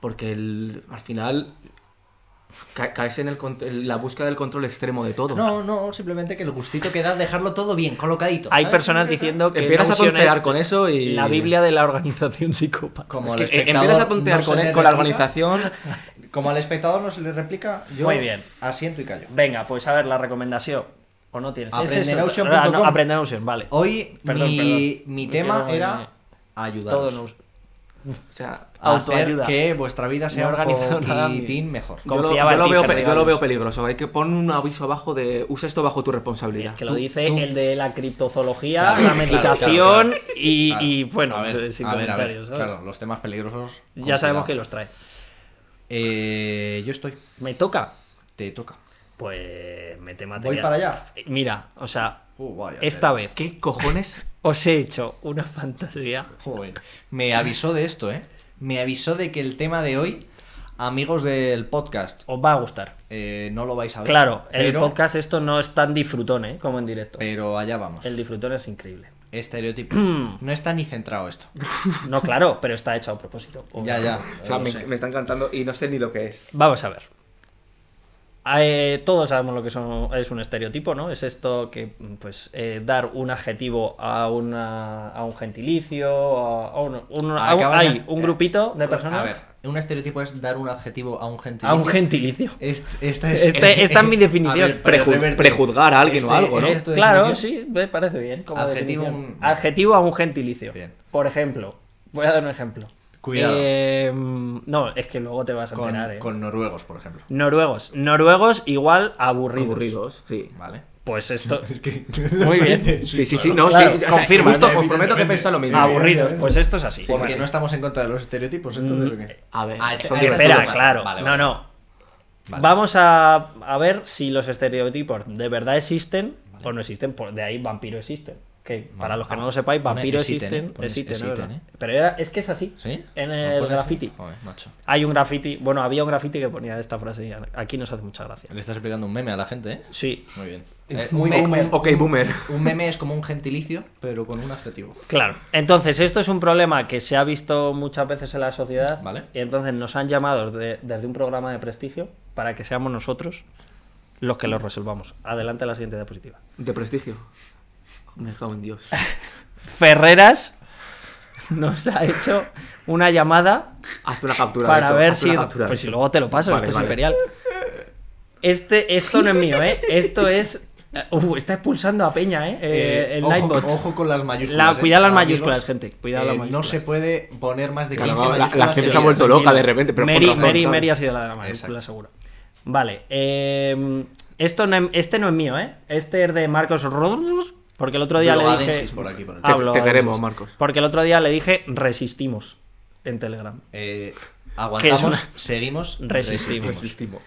S3: Porque el- al final ca- caes en el cont- en la búsqueda del control extremo de todo.
S1: No, no, simplemente que el gustito que da dejarlo todo bien, colocadito.
S2: Hay
S1: ¿sabes?
S2: personas diciendo que
S3: Empiezas a
S2: Notion es
S3: tontear con eso y
S2: la Biblia de la organización psicópata.
S1: Como
S3: Es
S1: al
S3: que eh,
S1: espectador
S3: empiezas a tontear
S1: no se
S3: con,
S1: le
S3: con la
S1: replica,
S3: organización.
S1: Como al espectador no se le replica, yo
S2: Muy bien.
S1: asiento y callo.
S2: Venga, pues a ver la recomendación. ¿O no tienes? Es eso.
S1: Aprendenotion.com.
S2: Ah, no,
S1: Oh,
S2: Aprendenotion, vale.
S1: Hoy
S2: Perdón,
S1: mi,
S2: perdón.
S1: mi
S2: Me
S1: tema
S2: quiero-
S1: era
S2: Todo
S1: ayudaros.
S2: nos-
S3: O sea,
S1: Hacer
S2: Autoayuda.
S1: que vuestra vida sea
S2: No
S1: un
S2: organizado nada,
S1: poquitín mejor.
S3: yo lo,
S2: Confiaba
S3: yo
S2: en
S3: lo
S2: ti,
S3: veo,
S2: Henry
S3: pe- yo lo
S2: Rollins.
S3: veo peligroso. Hay que poner un aviso abajo de usa esto bajo tu responsabilidad.
S2: Que lo
S3: Tú-
S2: dice
S3: tú-
S2: el de la criptozoología,
S1: Claro,
S2: la
S1: claro,
S2: meditación
S1: claro, claro.
S2: Y,
S1: Claro.
S2: y, bueno,
S1: a ver,
S2: sin
S1: a ver, a ver,
S2: comentarios. ¿sabes?
S1: claro, los temas peligrosos.
S2: ya
S1: con
S2: sabemos que
S1: cuidado.
S2: los trae.
S1: Eh, yo estoy,
S2: Me toca.
S1: te toca.
S2: Pues me te
S1: Voy para allá.
S2: Mira, o sea,
S1: Uh, vaya,
S2: esta
S1: tela.
S2: vez
S3: ¿Qué cojones?
S2: os he hecho una fantasía.
S1: Joder, me avisó de esto, ¿eh? Me avisó de que el tema de hoy, amigos del podcast,
S2: Os va a gustar.
S1: eh, no lo vais a ver.
S2: Claro, el
S1: pero-
S2: podcast esto no es tan disfrutón, ¿eh? Como en directo.
S1: Pero allá vamos.
S2: El disfrutón es increíble.
S1: Estereotipos. No está ni centrado esto.
S2: No, claro, pero está hecho a propósito.
S1: ya, ya.
S3: O sea,
S1: lo
S3: me,
S1: sé.
S3: me está encantando y no sé ni lo que es.
S2: Vamos a ver. Eh, todos sabemos lo que son- es un estereotipo, ¿no? Es esto que, pues, eh, dar un adjetivo a, una, a un gentilicio, a, a un, un- a un-
S1: Acabas de-
S2: hay un grupito de personas
S1: Eh, A ver, un estereotipo es dar un adjetivo a un gentilicio.
S2: a un gentilicio.
S1: Es- esta es,
S2: Este- esta es mi definición.
S1: A ver, para
S3: Preju-
S1: revertir.
S3: prejuzgar a alguien o
S1: Este-
S3: algo, ¿no?
S1: este es tu
S2: Claro,
S1: definición.
S2: sí, me parece bien. como
S1: Adjetivo
S2: definición.
S1: un-
S2: Adjetivo a un gentilicio.
S1: Bien.
S2: Por ejemplo, voy a dar un ejemplo.
S1: Cuidado.
S2: Eh, no, es que luego te vas a
S1: Con,
S2: enterar, ¿eh?
S1: con noruegos, por ejemplo.
S2: Noruegos. Noruegos igual aburridos.
S3: Aburridos, sí.
S1: Vale.
S2: Pues esto.
S1: Es que-
S2: Muy bien.
S3: Sí, sí, sí, no,
S2: Claro,
S3: sí. o sea,
S2: confirma,
S3: justo, os
S1: evidentemente.
S3: prometo que he pensado lo mismo.
S1: Aburrido.
S2: aburridos. Pues esto es así.
S1: Porque no estamos en contra de los estereotipos, entonces.
S2: Mm,
S1: ¿o qué?
S3: A ver,
S1: Ah, este-
S3: son
S1: ah,
S3: diez
S1: este-
S2: Espera,
S1: Vale,
S2: claro.
S1: vale,
S2: no,
S1: vale.
S2: no.
S1: Vale.
S2: Vamos a, a ver si los estereotipos de verdad existen o no existen. Por, de ahí vampiro existen. Que para los que no lo sepáis,
S1: Pone
S2: vampiro
S1: existen, ¿eh?
S2: existen.
S1: Pone
S2: existen,
S1: existen,
S2: ¿verdad?
S1: ¿eh?
S2: Pero era- es que es así.
S1: ¿Sí?
S2: En
S1: ¿No
S2: el
S1: pone
S2: graffiti.
S1: así? Joder, macho.
S2: Hay un graffiti. Bueno, había un graffiti que ponía esta frase. y Aquí nos hace mucha gracia.
S1: Le estás explicando un meme a la gente, ¿eh?
S2: Sí,
S1: Muy bien.
S2: Muy
S1: me-
S2: boomer.
S3: Ok, boomer.
S1: Eh, un meme es como un gentilicio, pero con un adjetivo.
S2: Claro, entonces esto es un problema que se ha visto muchas veces en la sociedad
S1: Vale.
S2: y entonces nos han llamado de- desde un programa de prestigio para que seamos nosotros los que lo resolvamos. Adelante a la siguiente diapositiva.
S3: De prestigio. Me cago en Dios.
S2: Ferreras nos ha hecho una llamada
S3: Haz una captura.
S2: para
S3: de eso,
S2: ver
S3: haz
S2: si...
S3: una captura de
S2: Pues si
S3: eso.
S2: luego te lo paso,
S3: Vale,
S2: esto es
S3: vale.
S2: imperial. Este, esto no es mío, ¿eh? Esto es... Uh, está expulsando a Peña, ¿eh? Eh,
S1: Eh,
S2: el
S1: ojo,
S2: Nightbot.
S1: ojo con las mayúsculas.
S2: La-
S1: eh,
S2: cuidado las
S1: amigos. eh,
S2: mayúsculas, gente, cuidado las
S1: No
S2: mayúsculas.
S1: se puede poner más de
S3: Que
S1: 15
S3: la- la- la,
S1: mayúsculas.
S3: gente se ha
S1: seguidas.
S3: vuelto loca de repente, pero con
S2: Mary,
S3: razón,
S2: Mary,
S3: ¿sabes?
S2: Mary ha sido la de la mayúscula,
S1: Exacto.
S2: seguro. Vale. eh, esto no, es- este no es mío, ¿eh? Este es de Marcos Rodríguez. Porque el otro día le dije.
S1: Blogadensis por aquí, por el
S2: Ah,
S1: chat.
S3: Te-
S2: Blogadensis.
S3: queremos, Marcos.
S2: Porque el otro día le dije resistimos en Telegram.
S1: Eh, aguantamos,
S2: Que es una-
S1: seguimos,
S2: Resistimos.
S1: resistimos.
S3: Resistimos.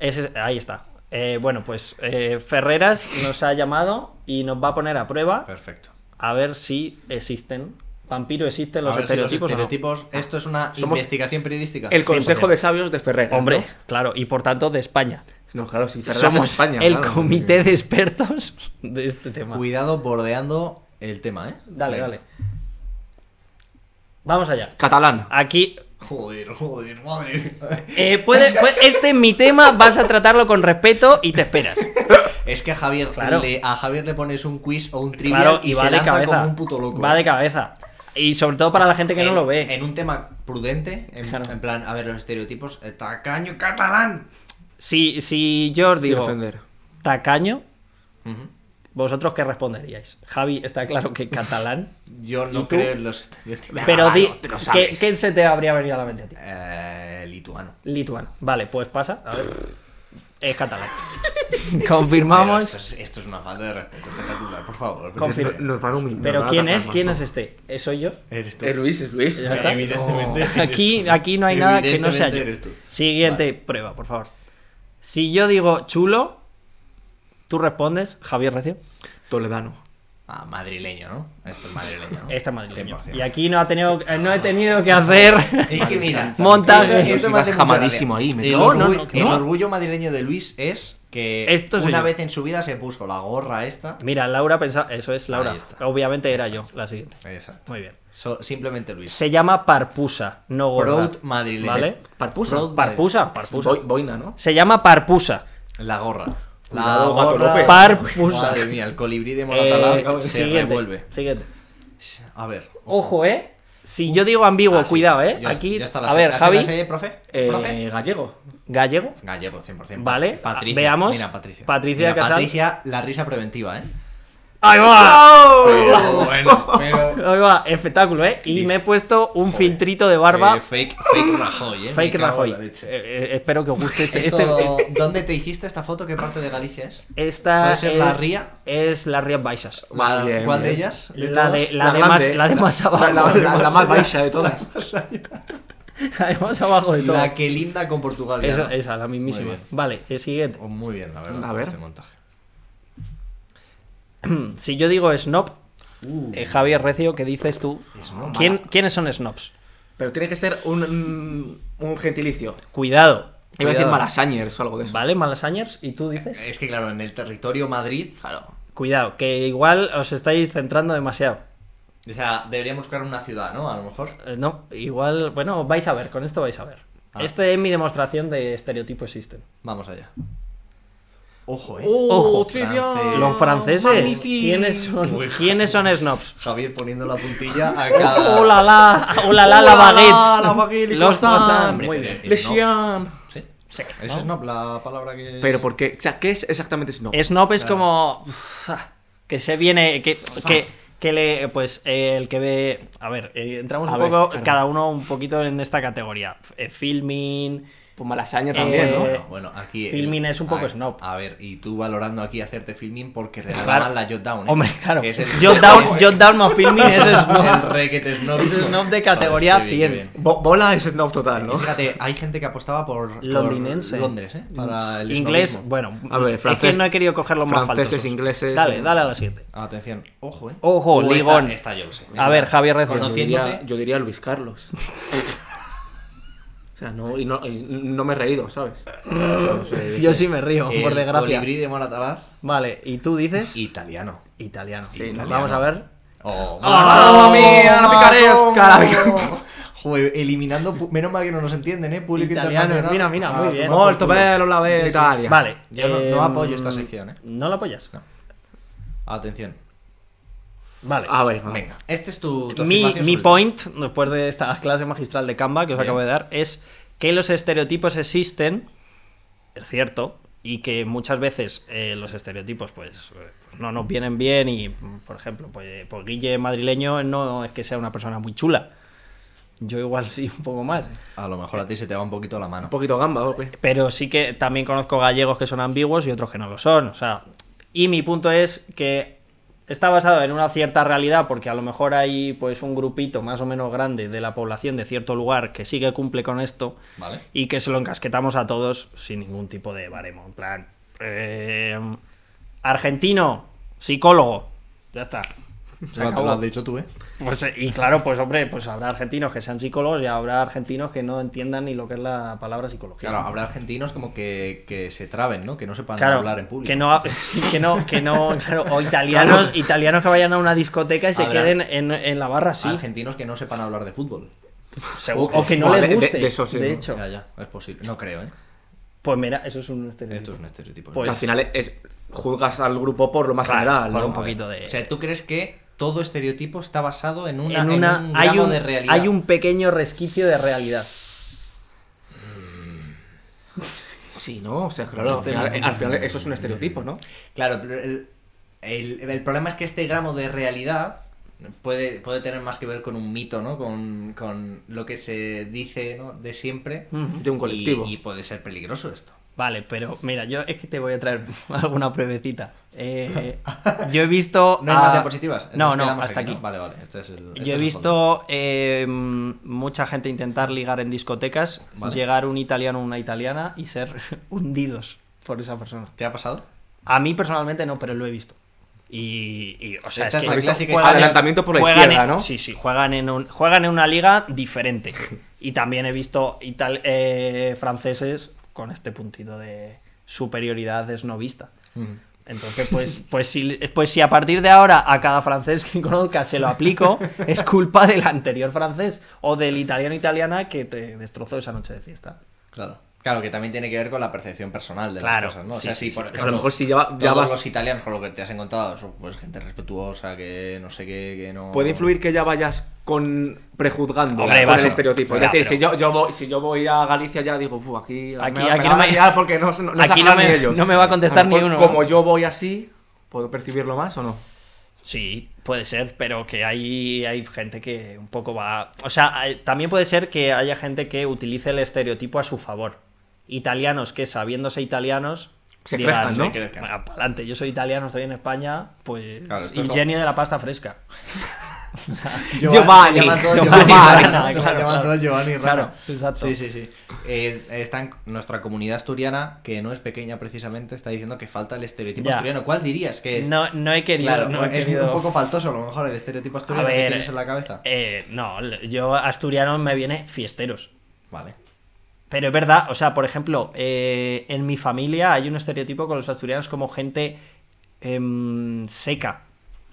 S2: Ese es- ahí está. Eh, bueno, pues eh, Ferreras nos ha llamado y nos va a poner a prueba
S1: Perfecto.
S2: a ver si existen. Vampiro existen los
S1: a ver si los
S2: estereotipos. o no.
S1: estereotipos. Esto es una
S3: Somos
S1: investigación periodística.
S3: El Consejo
S2: 100%.
S3: de Sabios de Ferrer.
S2: Hombre, claro, y por tanto de España.
S3: No, claro, sí, Ferrer es
S2: Somos
S3: España.
S2: el
S3: claro.
S2: comité de expertos de este tema.
S1: Cuidado bordeando el tema, ¿eh?
S2: Dale,
S1: Venga.
S2: dale. Vamos allá.
S3: Catalán.
S2: Aquí.
S1: Joder, joder, madre.
S2: eh, puede- puede- este es mi tema, vas a tratarlo con respeto y te esperas.
S1: Es que a Javier,
S2: Claro.
S1: le, a Javier le pones un quiz o un trivial
S2: Claro,
S1: y,
S2: y
S1: se
S2: va de
S1: lanza
S2: cabeza.
S1: como un puto loco. eh.
S2: Va de cabeza. Y sobre todo para la gente que no
S1: En-
S2: lo ve.
S1: En un tema prudente, en,
S2: Claro.
S1: en plan, a ver, los estereotipos, eh, tacaño catalán.
S2: Si, si yo os
S3: Sin
S2: digo
S3: ofender.
S2: tacaño,
S1: Ujú.
S2: ¿vosotros qué responderíais? Javi, está claro que catalán.
S1: Yo
S2: ¿Y
S1: no
S2: tú?
S1: creo en los estereotipos.
S2: pero
S3: claro,
S2: di,
S3: te lo
S2: ¿qué-
S3: sabes.
S2: ¿qué, se te habría venido a la mente a ti?
S1: Eh, lituano.
S2: Lituano. Vale, pues pasa. A ver. Es catalán.
S1: Pero
S2: Confirmamos.
S1: Esto es, esto es una falta de respeto espectacular, por favor.
S2: Confirmo.
S1: Esto-
S3: Nos van a humillar.
S2: Pero
S3: nos van a
S2: ¿quién
S3: atacar,
S2: es? ¿Quién es
S3: Marco.
S2: este? ¿Eh, ¿Soy yo?
S1: Eres tú.
S3: Es Luis, es Luis.
S2: Ya está. Oh.
S1: Evidentemente. eres
S2: Aquí,
S1: tú.
S2: aquí no hay nada que no sea yo.
S1: Evidentemente eres tú.
S2: Siguiente prueba, por favor. Si yo digo chulo, tú respondes Javier Recio.
S3: Toledano.
S1: Ah, madrileño, ¿no? Esto es madrileño. ¿no?
S2: Esta Este madrileño.
S1: 100%.
S2: Y aquí no, ha tenido, eh, no he tenido que hacer.
S1: Es que mira,
S2: Montaje.
S1: esto- esto me hace
S3: Ibas
S1: mucha
S3: jamadísimo
S1: gracia.
S3: ahí, me
S1: el,
S3: cago.
S1: orgullo,
S2: No, no, no, que
S1: el
S2: no.
S1: orgullo madrileño de Luis es que
S2: Esto soy
S1: una
S2: yo.
S1: vez en su vida se puso la gorra esta.
S2: Mira, Laura pensaba. Eso es Laura.
S1: Ahí está.
S2: Obviamente era yo, la siguiente.
S1: Exacto.
S2: Muy bien.
S1: So- simplemente Luis.
S2: Se llama Parpusa, no gorda.
S1: Proud madrileño.
S2: ¿Vale?
S3: Parpusa.
S1: Proud
S2: Parpusa, Parpusa.
S3: Boi- boina, ¿no?
S2: Se llama Parpusa.
S1: La gorra. La
S3: Cuidado, Gato
S1: gorra.
S3: López.
S2: Parpusa.
S1: Madre mía, el colibrí de
S2: Eh,
S1: Moratalá se
S2: siguiente,
S1: revuelve.
S2: Siguiente.
S1: A ver.
S2: Ojo, ¿eh? Si yo digo ambiguo,
S1: Ah, sí.
S2: cuidado, ¿eh?
S1: Ya-
S2: Aquí,
S1: ya está la
S2: a
S1: se-
S2: ver,
S1: la se-
S2: Javi,
S1: la se- profe.
S3: Eh,
S1: profe.
S3: gallego.
S2: gallego.
S1: Gallego, 100%.
S2: Vale, ah,
S1: Patricia.
S2: veamos.
S1: Mira, Patricia.
S2: Patricia
S1: Mira,
S2: Casal.
S1: Patricia, la risa preventiva, ¿eh?
S2: ¡Ahí va!
S1: Pero bueno, pero.
S2: Ahí va, espectáculo, ¿eh? Y
S1: Listo.
S2: me he puesto un filtrito de barba.
S1: Eh, fake, fake Rajoy, eh.
S2: fake
S1: me cago en
S2: Rajoy.
S1: la leche.
S2: Eh, eh, espero que os guste este.
S1: Esto, ¿Dónde te hiciste esta foto? ¿Qué parte de Galicia es?
S2: este- esta
S1: ¿Puede ser la
S2: es-
S1: ría?
S2: Es las Rías Baixas.
S1: La-
S3: Bien,
S1: ¿Cuál
S3: bien.
S1: de ellas? ¿De
S2: La de,
S1: todas?
S2: la,
S3: La
S2: de más,
S3: grande,
S2: la de más abajo.
S3: La, la- la- la más
S1: La-
S3: baixa de todas.
S2: la de más abajo de todo.
S1: La que linda con Portugal. ya,
S2: Esa,
S1: ¿no?
S2: esa, la mismísima.
S1: Muy bien.
S2: Vale, el siguiente.
S1: Oh, Muy bien, la verdad.
S3: A ver.
S1: Este montaje.
S2: Mm, Si yo digo snob,
S1: Uh,
S2: eh, Javier Recio, ¿qué dices tú?
S1: Snob.
S2: ¿Quién- ¿Quiénes son snobs?
S3: Pero tiene que ser un, un- un gentilicio.
S2: Cuidado.
S3: Iba a decir
S2: cuidado.
S3: malasañers o algo de eso.
S2: Vale, malasañers. ¿Y tú dices?
S1: Es que claro, en el territorio Madrid.
S3: Claro.
S2: Cuidado, que igual os estáis centrando demasiado.
S1: O sea, deberíamos buscar una ciudad, ¿no? A lo mejor.
S2: Eh, No, igual, bueno, vais a ver, con esto vais a ver.
S1: Ah.
S2: Esta es mi demostración de estereotipos existen.
S1: Vamos allá. Ojo, eh.
S3: Oh,
S2: Ojo.
S3: Ah,
S1: Eh,
S2: Los franceses, ¿quiénes son,
S1: Uy, ja-
S2: ¿quiénes son snobs?
S1: Javier poniendo la puntilla a cada.
S2: ¡Hola la! ¡Hola la, la
S3: Hola, la,
S2: baguette!
S3: la baguette,
S2: Los
S3: croissant.
S2: croissants,
S1: Hombre,
S2: muy
S1: pero-
S2: bien.
S1: Le
S3: Snobs.
S1: ¿Sí?
S2: Sí,
S1: ¿Es
S2: ¿no?
S1: snob la palabra que.?
S3: Pero ¿por qué? O sea, ¿qué es exactamente snob?
S2: Snob es como. uf, ah, Que se viene. Que, que, que le. Pues eh, el que ve. A ver, eh, entramos
S3: A
S2: un
S3: ver,
S2: poco.
S3: claro.
S2: Cada uno un poquito en esta categoría. Eh, filming.
S3: Pues malasaña
S2: Eh,
S3: también, ¿no?
S1: Bueno, bueno, aquí.
S2: Filmin es un poco
S1: a-
S2: snob.
S1: A ver, y tú valorando aquí hacerte filming porque
S2: Claro.
S1: regalaban la Jotdown. ¿eh?
S2: Hombre, claro.
S1: Que es el-
S2: Jotdown
S1: es-
S2: Jotdown más filming es
S1: El
S2: snob.
S1: requete snob.
S2: Es snob de categoría
S1: Vale, qué bien, qué
S2: 100.
S1: bien.
S3: Bo- bola es snob total,
S1: Y
S3: ¿no?
S1: Fíjate, hay gente que apostaba por, por
S2: Londinense.
S1: Londres, ¿eh? Para el
S2: Inglés,
S1: snobismo.
S2: bueno,
S3: A ver,
S2: es
S3: francés-
S2: que no he querido coger los más
S3: franceses,
S2: faltosos.
S3: ingleses,
S2: Dale,
S3: eh.
S2: dale a la siguiente.
S1: Atención, ojo, ¿eh?
S2: Ojo,
S1: Uh, esta-
S2: ligón.
S1: Esta, yo lo sé.
S2: A ver, Javier Recio.
S3: Yo
S1: Conociéndote.
S3: diría, yo diría Luis Carlos. o sea, no, y no, y no me he reído, ¿sabes? O sea, no sé de
S2: Yo
S3: qué.
S2: sí me río, por
S1: el
S2: desgracia.
S1: eh, Colibrí de Moratalaz,
S2: Vale, y tú dices
S1: italiano.
S2: italiano.
S3: Sí,
S2: Pues
S3: italiano.
S2: Vamos a ver.
S1: ¡Oh,
S3: ¡Ah, mía, la picaresca, la pica-
S1: Joder, eliminando. pu- Menos mal que no nos entienden, ¿eh? Público
S2: Italiano,
S1: internacional.
S2: mira, mira, muy
S1: Ah,
S2: bien.
S1: toma por
S3: Molto
S1: culo.
S3: bello la bella Italia.
S2: Vale. em,
S1: Yo no- no apoyo esta sección, ¿eh?
S2: ¿No la apoyas?
S1: No. pues, Atención.
S2: Vale.
S3: A ver, va.
S1: Venga, este es tu. tu
S2: mi,
S1: afirmación
S2: mi
S1: sobre-
S2: point, después de esta clase magistral de Canva que os
S1: Bien.
S2: acabo de dar, es que los estereotipos existen, es cierto, y que muchas veces eh, los estereotipos pues, eh, pues no nos vienen bien y, mm, por ejemplo, pues, eh, pues Guille madrileño no es que sea una persona muy chula. Yo igual sí, un poco más.
S1: A lo mejor a ti se te va un poquito la mano.
S3: Un poquito gamba, ¿o qué?
S2: Pero sí que también conozco gallegos que son ambiguos y otros que no lo son. O sea, y mi punto es que está basado en una cierta realidad, porque a lo mejor hay pues un grupito más o menos grande de la población de cierto lugar que sí que cumple con esto
S1: Vale.
S2: y que se lo encasquetamos a todos sin ningún tipo de baremo. En plan, eh, argentino, psicólogo. Ya está. Se
S1: Lo-
S2: acabó.
S1: Lo has dicho tú, ¿eh?
S2: Pues, eh, y claro, pues hombre, pues habrá argentinos que sean psicólogos y habrá argentinos que no entiendan ni lo que es la palabra psicología.
S1: Claro, habrá argentinos como que, que se traben, ¿no? Que no sepan
S2: Claro,
S1: hablar en público.
S2: Que no, que no, que no, claro, o italianos, italianos que vayan a una discoteca y se
S1: Habrá-
S2: queden en, en la barra así.
S1: Argentinos que no sepan hablar de fútbol.
S2: seguro, o que no
S3: Vale,
S2: les
S3: de-
S2: guste. De,
S3: de eso sí, ¿no?
S2: hecho,
S1: Ya, ya, es posible. No creo, ¿eh?
S2: pues mira, eso es un estereotipo.
S1: Esto es un estereotipo. ¿no?
S2: Pues-
S3: Al final es, juzgas al grupo por lo más general,
S2: por
S3: ¿no?
S2: un poquito de.
S1: O sea, ¿tú crees que todo estereotipo está basado en una,
S2: en
S1: en
S2: una,
S1: un
S2: hay,
S1: gramo
S2: un,
S1: de realidad?
S2: hay un pequeño resquicio de realidad.
S3: Sí, ¿no? O sea, claro, al final, al final eso es un estereotipo, ¿no?
S1: Claro, pero el, el- el problema es que este gramo de realidad puede, puede tener más que ver con un mito, ¿no? Con, con lo que se dice ¿no? de siempre.
S2: Ujú.
S3: De un colectivo.
S1: Y, y puede ser peligroso esto.
S2: Vale, pero mira, yo es que te voy a traer alguna pruebecita. Eh, yo he visto.
S1: No hay más
S2: a-
S1: diapositivas.
S2: Ah, No,
S1: Nos
S2: no,
S1: quedamos
S2: hasta aquí.
S1: ¿no? Vale, vale. Este es el, este
S2: Yo he
S1: es el fondo.
S2: visto eh, mucha gente intentar ligar en discotecas,
S1: Vale.
S2: llegar un italiano o una italiana y ser hundidos por esa persona.
S1: ¿Te ha pasado?
S2: A mí personalmente no, pero lo he visto. Y, y, o sea,
S1: Esta
S2: es
S1: es
S2: que
S1: la clásica
S2: juegan en-
S3: Adelantamiento por la
S2: juegan
S3: izquierda,
S2: en-
S3: ¿no?
S2: Sí, sí, juegan en, un- juegan en una liga diferente. Y también he visto ital- eh, franceses con este puntito de superioridad esnovista. Entonces, pues, pues, si, pues si a partir de ahora a cada francés que conozca se lo aplico, es culpa del anterior francés o del italiano italiana que te destrozó esa noche de fiesta.
S1: Claro. Claro, que también tiene que ver con la percepción personal de
S2: Claro.
S1: las cosas, ¿no? O
S2: Sí,
S1: sea,
S2: sí,
S1: si
S2: sí.
S1: por
S2: A lo
S1: ejemplo,
S3: a lo mejor si ya, va- ya
S1: todos
S3: vas...
S1: los italianos con lo que te has encontrado son pues gente respetuosa, que no sé qué, que no...
S3: Puede influir que ya vayas con prejuzgando
S2: Hombre,
S3: con
S2: vas
S3: el
S2: a-
S3: estereotipo.
S2: Ya,
S3: es decir,
S2: pero-
S3: si, yo, yo voy, si yo voy a Galicia ya digo, "Buh, aquí,
S2: Aquí-
S3: me,
S2: aquí
S3: me
S2: no
S3: van
S2: me-
S3: a liar porque no, se- no se
S2: aquí no
S3: agarran
S2: me-
S3: ni ellos.
S2: no me va a contestar
S3: lo mejor,
S2: ni uno, ¿no?
S3: Como yo voy así, ¿puedo percibirlo más o no?
S2: Sí, puede ser, pero que hay, hay gente que un poco va... O sea, hay- también puede ser que haya gente que utilice el estereotipo a su favor. Italianos que sabiéndose italianos...
S3: Se
S2: digan,
S3: crezcan, ¿no?
S1: Se crezcan.
S2: "Venga, Ah, pa'lante, yo soy italiano, estoy en España, pues...
S1: Claro, esto
S2: y
S1: es lo-
S2: Jenny de la pasta fresca.
S3: Giovanni,
S1: Llaman todo Giovanni
S3: Giovanni
S2: Rana,
S1: Rana,
S2: claro,
S1: llaman todo
S2: claro.
S1: Giovanni Rana.
S2: Claro, exacto.
S1: Sí, sí, sí. Eh, está en- nuestra comunidad asturiana, que no es pequeña precisamente, está diciendo que falta el estereotipo
S2: Ya.
S1: asturiano. ¿Cuál dirías que es?
S2: No, no he querido...
S1: claro,
S2: no he
S1: es
S2: querido-
S1: un poco faltoso a lo mejor el estereotipo asturiano que
S2: ver,
S1: tienes en la cabeza.
S2: Eh, no, yo asturiano me viene fiesteros.
S1: Vale.
S2: Pero es verdad, o sea, por ejemplo, eh, en mi familia hay un estereotipo con los asturianos como gente em, seca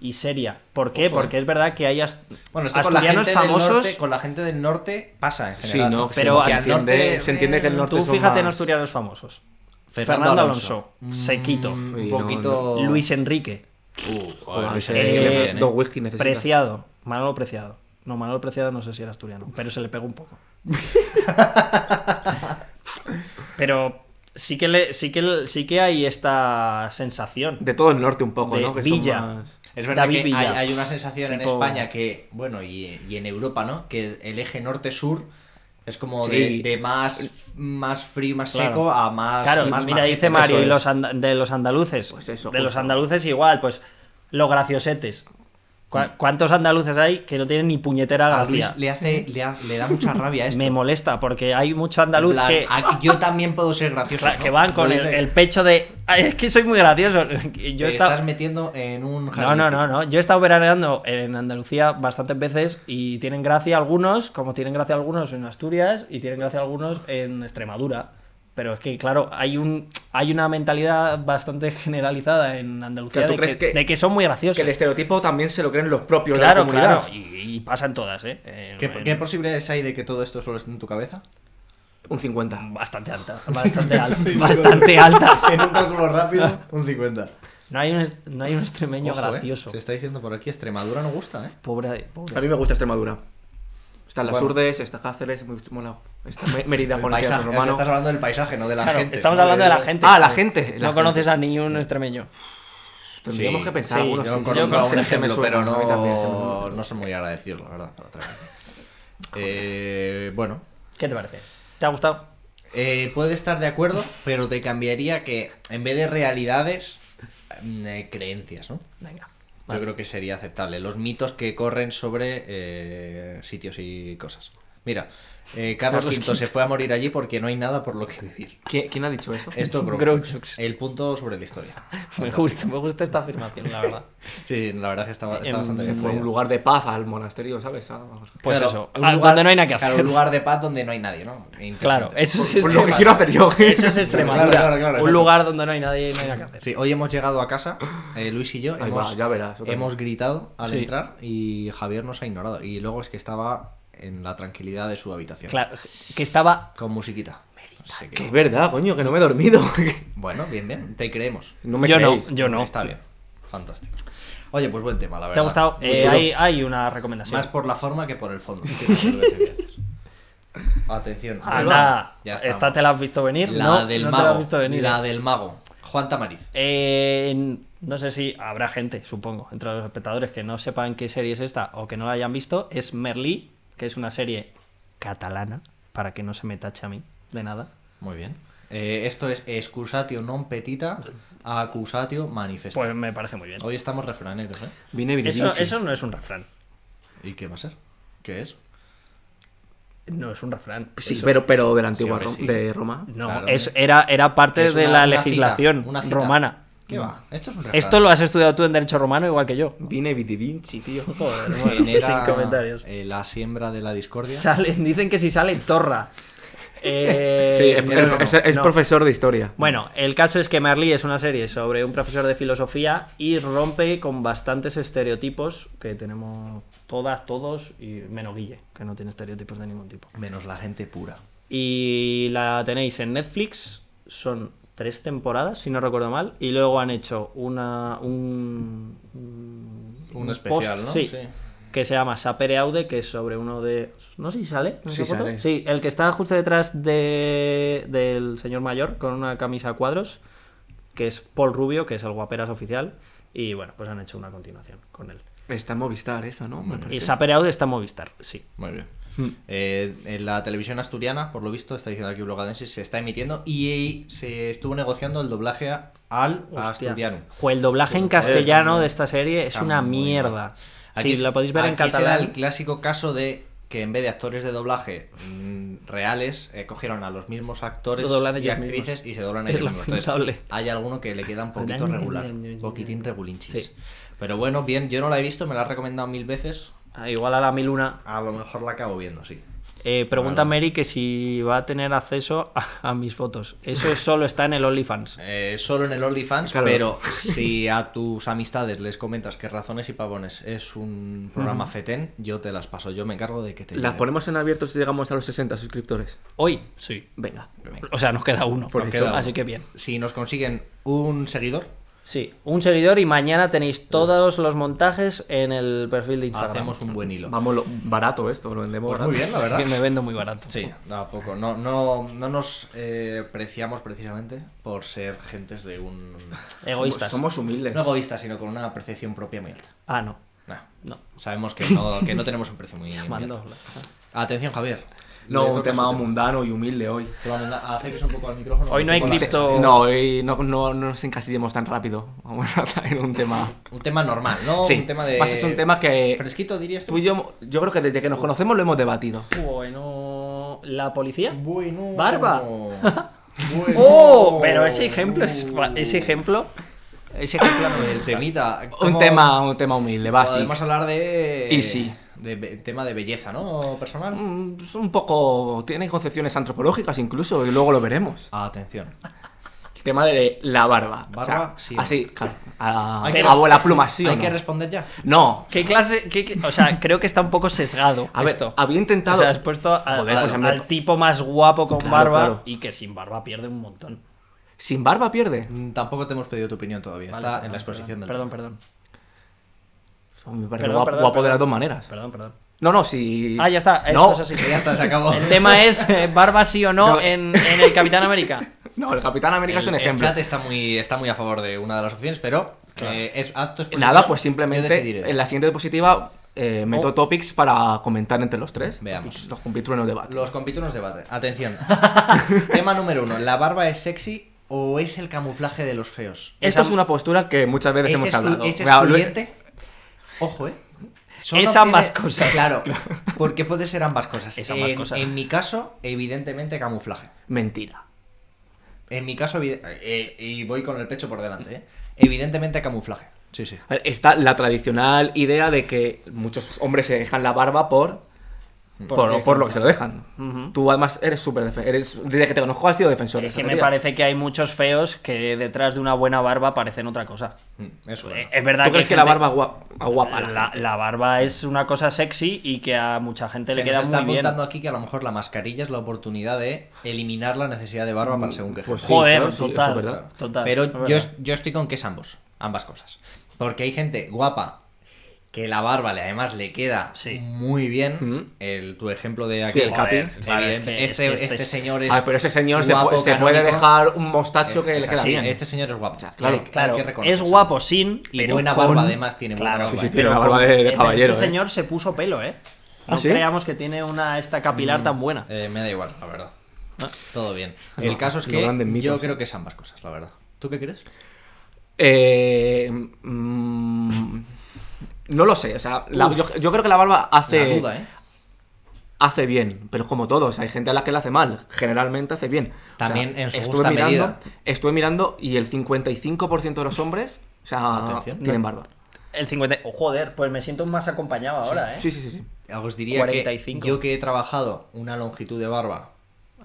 S2: y seria. ¿Por qué?
S1: Ojo, eh.
S2: Porque es verdad que hay ast-
S1: Bueno, esto con la,
S2: asturianos
S1: gente
S2: famosos.
S1: del norte, con la gente del norte pasa en general.
S3: Sí, no,
S2: pero
S3: pero se,
S2: al
S3: entiende,
S1: norte,
S3: se entiende que el
S1: eh,
S3: norte
S2: Tú
S3: son
S2: fíjate en
S3: más-
S2: asturianos famosos. Fernando, Alonso, sequito.
S1: Mm,
S3: Sí,
S1: Un
S3: no,
S1: poquito.
S2: Luis Enrique,
S1: Uh,
S3: Joder,
S1: joder, Luis
S3: ese-
S1: Enrique
S2: eh,
S1: le piden, ¿eh?
S3: dos whisky necesitas.
S2: Preciado, Manolo Preciado. No, Manolo Preciado no sé si era asturiano, pero se le pegó un poco. pero sí que, le, sí, que, le- sí que hay esta sensación.
S3: De todo el norte un poco,
S2: De
S3: ¿no? Que son
S2: Villa.
S3: más-
S1: Es verdad
S2: David
S1: que hay,
S2: Villa.
S1: hay una sensación en
S2: Tipo-
S1: España que, bueno, y, y en Europa, ¿no? Que el eje norte-sur es como
S3: Sí.
S1: de, de más, más frío, más
S2: Claro.
S1: seco a más.
S2: Claro,
S1: más
S2: mira,
S1: majete,
S2: dice
S1: ¿no?
S2: Mario,
S1: Eso
S2: y
S1: es.
S2: los anda- de los andaluces.
S3: Pues eso,
S2: de los
S3: justo.
S2: andaluces igual, pues los graciosetes. ¿Cuá- ¿Cuántos andaluces hay que no tienen ni puñetera
S1: Mm. A
S2: gracia?
S1: Luis le, hace, le, ha- le da mucha rabia esto.
S2: Me
S1: En
S2: molesta porque hay mucho andaluz
S1: plan,
S2: que,
S1: a- yo también puedo ser gracioso.
S2: claro,
S1: ¿no?
S2: que van con
S1: Lo
S2: el,
S1: dice,
S2: el pecho de... "Ay, es que soy muy gracioso. Y Yo
S1: te
S2: estaba-
S1: estás metiendo en un
S2: No,
S1: jardín.
S2: no, no, no. Yo he estado veraneando en Andalucía bastantes veces y tienen gracia algunos, como tienen gracia algunos en Asturias y tienen gracia algunos en Extremadura. Pero es que, claro, hay un hay una mentalidad bastante generalizada en Andalucía
S3: Claro, ¿tú
S2: de,
S3: crees
S2: que,
S3: que-
S2: de que son muy
S3: Que
S2: graciosos.
S3: el estereotipo también se lo creen los propios
S2: Claro,
S3: de la comunidad.
S2: claro. Y, y pasan todas, ¿eh? Eh,
S1: ¿Qué,
S2: en-
S1: qué posibilidades hay de que todo esto solo esté en tu cabeza?
S3: Un 50.
S2: Bastante altas. Bastante, al- bastante altas.
S1: En un cálculo rápido, un 50.
S2: No hay un, est- no hay un extremeño
S1: Ojo, ¿eh?
S2: gracioso.
S1: Se está diciendo por aquí, Extremadura no gusta, ¿eh?
S2: Pobre,
S3: A
S2: pobre.
S3: mí me gusta Extremadura. Están las
S1: Bueno.
S3: Urdes, está Cáceres, muy mola. Está Me- Mérida con el
S1: Paisaje,
S3: teatro
S1: o sea,
S3: romano.
S1: estás hablando del paisaje, no de la
S2: Claro,
S1: gente.
S2: estamos
S1: ¿no?
S2: hablando de la
S1: lo-
S2: gente.
S3: Ah, la gente.
S2: No conoces a ni un extremeño.
S3: Tendríamos
S1: Sí,
S3: que pensar
S2: sí,
S3: algunos.
S1: Yo
S3: sí,
S1: conozco
S3: sí,
S1: algún
S3: sí, sí, me
S1: ejemplo,
S3: suena,
S1: pero
S3: a mí también se me
S1: no,
S3: suena.
S1: no soy muy agradecido, la verdad. para otra vez. Eh, bueno,
S2: ¿Qué te parece? ¿Te ha gustado?
S1: eh, puede estar de acuerdo, pero te cambiaría que en vez de realidades, mm, eh, creencias, ¿no?
S2: Venga.
S1: Yo creo que sería aceptable. Los mitos que corren sobre eh, sitios y cosas. Mira, eh, Carlos
S3: Carlos
S1: V se fue a morir allí porque no hay nada por lo que vivir.
S3: ¿Qui- ¿Quién ha dicho eso?
S1: Esto Groucho.
S2: Groucho.
S1: El punto sobre la historia.
S2: Me gusta, me gusta esta afirmación, la verdad.
S1: Sí, sí, la verdad es que está, está
S2: Em,
S1: bastante
S3: Se
S1: bien.
S3: fue a
S1: traída.
S3: un lugar de paz al monasterio, ¿sabes? Ah. A-
S2: Pues
S1: Claro,
S2: eso,
S1: un
S2: ah,
S1: lugar-
S2: donde no hay nada que hacer.
S1: claro, un lugar de paz donde no hay nadie, ¿no? Interesante.
S2: Claro, eso es,
S3: Pues lo que
S2: Extrema-
S3: quiero hacer yo.
S2: eso es Extremadura.
S1: Claro, claro, claro,
S2: un
S1: exacto.
S2: lugar donde no hay nadie y no hay nada que hacer.
S1: Sí, hoy hemos llegado a casa, eh, Luis y yo,
S3: Ahí
S1: hemos,
S3: va, ya verás, otra vez.
S1: hemos gritado al
S2: Sí.
S1: entrar y Javier nos ha ignorado. Y luego es que estaba en la tranquilidad de su habitación.
S2: Claro, que estaba.
S1: Con musiquita. Así que-
S3: Que es verdad, coño, que no me he dormido.
S1: bueno, bien, bien, te creemos.
S3: no me
S2: yo
S3: creéis.
S2: no, yo no.
S1: Está bien, fantástico. Oye, pues buen tema, la verdad.
S2: ¿Te ha gustado?
S3: Muy
S2: Eh,
S3: chulo.
S2: hay, hay una recomendación.
S1: pues Más por la forma que por el fondo. que es lo que quería hacer. Atención.
S2: Ah, Anda,
S1: ya
S2: esta
S1: estamos.
S2: te la has visto venir.
S1: La
S2: no,
S1: del
S2: no
S1: mago.
S2: te la has visto venir.
S1: La del mago. Juan Tamariz.
S2: Eh, no sé si habrá gente, supongo, entre los espectadores que no sepan qué serie es esta o que no la hayan visto. Es Merlí, que es una serie catalana, para que no se me tache a mí de nada.
S1: Muy bien. Eh, esto es excusatio non petita, accusatio manifesta.
S2: Pues me parece muy bien.
S1: Hoy estamos refraneros, ¿eh?
S3: Vine Viridici.
S2: Eso, eso no es un refrán.
S1: ¿Y qué va a ser? ¿Qué es?
S2: No es un refrán.
S3: Sí,
S2: Eso-
S3: pero, pero de la antigua
S1: Sí, hombre,
S3: Rom-
S1: sí.
S3: de Roma.
S2: No,
S1: claro.
S2: es- era, era parte
S1: Es
S2: Este de
S1: una-
S2: la
S1: una
S2: legislación
S1: cita, una cita.
S2: romana. Mm.
S1: ¿Qué va? Esto es un refrán.
S2: Esto lo has estudiado tú en Derecho Romano igual que yo.
S3: Vine Viridici, tío.
S1: genera
S2: sin comentarios.
S1: eh, la siembra de la discordia.
S2: Salen- dicen que si sale, torra. Eh,
S3: Sí, es,
S1: pero
S3: es-
S1: no,
S3: es
S2: no.
S3: profesor de historia.
S2: Bueno, el caso es que Merlí es una serie sobre un profesor de filosofía y rompe con bastantes estereotipos que tenemos todas, todos, y menos Guille, que no tiene estereotipos de ningún tipo.
S1: Menos la gente pura.
S2: Y la tenéis en Netflix, son tres temporadas, si no recuerdo mal, y luego han hecho una, un, un,
S1: Un especial, ¿no?
S2: sí,
S1: Sí.
S2: que se llama Sapere Aude, que es sobre uno de... No sé si sale. en
S3: Sí,
S2: esa foto.
S3: sale.
S2: Sí, el que está justo detrás de, del señor mayor, con una camisa a cuadros, que es Paul Rubio, que es el guaperas oficial, Y bueno, pues han hecho una continuación con él.
S3: Está en Movistar esa, ¿no? Me
S1: Mm.
S3: parece.
S2: Y Saper Audio está en Movistar, sí.
S1: Muy bien.
S2: Mm.
S1: Eh, en la televisión asturiana, por lo visto, está diciendo aquí Blogadensis, se está emitiendo y se estuvo negociando el doblaje a- al
S2: Hostia.
S1: asturiano.
S2: Jo, el doblaje en castellano de esta serie es
S1: Está
S2: una
S1: muy mal.
S2: mierda.
S1: Aquí
S2: si
S1: es-
S2: lo podéis ver en
S1: aquí se da el
S2: catalán.
S1: clásico caso de que en vez de actores de doblaje mm, reales, eh, cogieron a los mismos actores
S2: Lo doblan
S1: y
S2: ellos
S1: actrices
S2: mismos.
S1: y se doblan
S2: Es
S1: ellos mismos. Entonces,
S2: lamentable.
S1: hay alguno que le queda un poquito regular, un poquitín regulinchis.
S2: Sí.
S1: Pero bueno, bien, yo no la he visto, me la has recomendado mil veces,
S2: Ah, igual a la Miluna.
S1: a lo mejor la acabo viendo, sí.
S2: Eh, pregunta Mary que si va a tener acceso a, a mis fotos. Eso solo está en el OnlyFans.
S1: Eh, solo en el OnlyFans,
S3: Claro.
S1: pero si a tus amistades les comentas que Razones y Pavones es un
S2: Mm.
S1: programa FETEN, yo te las paso, yo me encargo de que te
S3: Las
S1: llegue.
S3: ponemos en abierto si llegamos a los 60 suscriptores.
S2: Hoy, sí.
S3: Venga.
S1: Venga.
S2: O sea, nos queda uno.
S1: Por
S2: Nos
S1: eso.
S2: queda- Así que bien.
S1: Si nos consiguen un seguidor,
S2: Sí, un seguidor y mañana tenéis todos los montajes en el perfil de Instagram.
S1: hacemos un buen hilo.
S3: Vamos, lo- barato esto, lo vendemos
S1: Pues
S3: barato.
S1: muy bien, la verdad.
S2: Que me vendo muy barato.
S1: Sí, tampoco. No, no, no nos eh, preciamos precisamente por ser gentes de un.
S2: Egoístas.
S3: Somos, somos humildes.
S1: No egoístas, sino con una apreciación propia muy alta.
S2: Ah, no.
S1: Nah,
S2: No.
S1: Sabemos que no, que no tenemos un precio muy, muy alto.
S2: Mando-
S1: Atención, Javier.
S3: No,
S1: Le
S3: un
S1: toca su
S3: tema mundano y humilde hoy.
S1: Te va a mandar- acerques un poco al micrófono.
S2: Hoy no hay
S1: Con la-
S2: cripto.
S3: No, hoy no, no, no nos encasillemos tan rápido. Vamos a traer un tema.
S1: Un tema normal, ¿no?
S3: Sí,
S1: un tema de.
S3: más es un tema que-
S1: Fresquito, dirías tú.
S3: Tú y yo, yo creo que desde que nos conocemos lo hemos debatido.
S2: Bueno, ¿la policía?
S1: Bueno.
S2: Barba.
S1: Bueno.
S2: ¡Oh! Pero ese ejemplo es. fa- Ese ejemplo. Ese ejemplo no
S1: El
S2: es.
S1: temita.
S3: Un
S1: ¿cómo-
S3: tema, un tema humilde, básico.
S1: Podemos hablar de.
S3: Easy.
S1: De be- tema de belleza, ¿no? Personal.
S3: Mm, Es un poco. Tiene concepciones antropológicas incluso, y luego lo veremos.
S1: Atención.
S3: El tema de la barba.
S1: Barba, sí o no.
S3: Así, claro. A,
S1: Hay que
S3: a bola
S1: resp-
S3: pluma, sí o
S1: Hay
S3: no.
S1: que responder ya.
S3: No.
S2: ¿Qué clase.? qué cl- o sea, creo que está un poco sesgado.
S3: A ver,
S2: esto.
S3: había intentado.
S2: O sea, has puesto a-
S3: Joder,
S2: al-
S3: pues, hombre,
S2: al tipo más guapo con
S3: Claro,
S2: barba
S3: claro.
S2: y que sin barba pierde un montón.
S3: Sin barba pierde.
S1: Mm, Tampoco te hemos pedido tu opinión todavía.
S2: Vale,
S1: Está
S2: perdón,
S1: en la exposición del.
S2: Perdón, perdón.
S3: Oh, Me parece
S2: Perdón,
S3: guapo,
S2: perdón,
S3: guapo de
S2: perdón.
S3: las dos maneras.
S2: Perdón, perdón.
S3: No, no, si.
S2: Ah, ya está. esto
S3: No,
S2: es así.
S1: Ya está, se acabó.
S2: El tema es eh, barba sí o no
S3: No.
S2: en, en el Capitán América.
S3: no, el Capitán América es un
S1: El- el
S3: ejemplo.
S1: chat está muy, está muy a favor de una de las opciones, pero eh, es acto
S3: Nada, pues simplemente en la siguiente diapositiva eh, meto
S2: Oh.
S3: topics para comentar entre los tres.
S1: Veamos.
S3: Topics, Los compitruenos debate.
S1: Los compitunos debate. Atención. Tema número uno. ¿La barba es sexy o es el camuflaje de los feos?
S3: Esto
S2: Esa-
S3: es una postura que muchas veces
S1: ¿Es,
S3: hemos
S1: exclu-
S3: hablado.
S1: es
S3: Mira, lo-
S1: excluyente? Ojo, ¿eh? Son
S2: Es
S1: opciones-
S2: ambas cosas.
S1: Claro, porque puede ser ambas cosas.
S2: Es ambas
S1: en,
S2: cosas.
S1: en mi caso, evidentemente camuflaje.
S3: Mentira.
S1: En mi caso, evide- eh, y voy con el pecho por delante, ¿eh? Evidentemente camuflaje. Sí, sí.
S3: A ver, Está la tradicional idea de que muchos hombres se dejan la barba por. Por, por lo que se lo dejan.
S2: Ujú.
S3: Tú además eres súper defen- eres Desde que te conozco has sido defensor. de
S2: Es que me
S3: Ferrería.
S2: parece que hay muchos feos que detrás de una buena barba parecen otra cosa.
S1: Mm, Eso.
S2: Eh,
S1: ¿verdad?
S2: Es verdad
S3: ¿Tú crees
S2: hay
S3: que la
S2: gente-
S3: barba guapa, guapa
S1: Eh,
S3: la
S2: La,
S3: gente?
S2: la barba es una cosa sexy y que a mucha gente
S1: Se
S2: le queda
S1: nos está
S2: muy bien.
S1: apuntando aquí que a lo mejor la mascarilla es la oportunidad de eliminar la necesidad de barba
S2: Mm,
S1: para según qué
S3: Pues
S1: gente.
S3: sí,
S2: Joder,
S3: claro, sí, eso es
S2: total,
S3: verdad.
S2: total. es
S1: Pero yo,
S2: verdad.
S1: yo estoy con que es ambos, ambas cosas. Porque hay gente guapa que la barba le, además le queda
S2: Sí.
S1: muy bien.
S3: Ujú.
S1: El, tu ejemplo de aquí.
S3: Sí, el Capi.
S1: evidente-
S2: Claro, es que-
S1: este,
S2: es que
S1: este
S2: este-
S1: señor es.
S3: Ah, pero ese señor se,
S1: guapo,
S3: pu- se
S1: canónico.
S3: puede dejar un mostacho que
S1: Es
S3: le queda
S1: así,
S3: bien.
S1: Este señor es guapo.
S3: claro,
S1: Hay que- hay
S2: Claro,
S1: que reconocerse.
S2: es guapo sin.
S1: Y
S2: pero
S1: buena
S2: con-
S1: barba además tiene buena
S2: Claro,
S1: barba,
S3: Sí, sí,
S1: ¿eh?
S3: tiene una
S2: Pero
S3: barba de- de
S2: pero
S3: caballero,
S2: Este
S3: ¿eh?
S2: señor se puso pelo, ¿eh?
S3: ¿Ah,
S2: No
S3: sí?
S2: creamos que tiene una esta capilar tan buena.
S1: Eh, me da igual, la verdad.
S2: Ah.
S1: Todo bien.
S3: Lo-
S1: El caso es
S3: Ah, lo
S1: que
S3: grande en mitos.
S1: yo creo que es ambas cosas, la verdad. ¿Tú qué crees?
S3: Eh, mm, no lo sé, o sea, la- yo, yo creo que la barba hace,
S1: La duda, ¿eh?
S3: hace bien, pero como todos, hay gente a la que la hace mal, generalmente hace bien. O
S1: También en su
S3: estuve
S1: justa
S3: mirando,
S1: medida.
S3: Estuve mirando y el 55% de los hombres, o sea,
S1: Atención.
S3: tienen barba.
S2: El 50. oh, joder, pues me siento más acompañado ahora, ¿eh?
S3: Sí, sí, sí, sí.
S1: Ah, Os diría
S2: 45.
S1: que yo que he trabajado una longitud de barba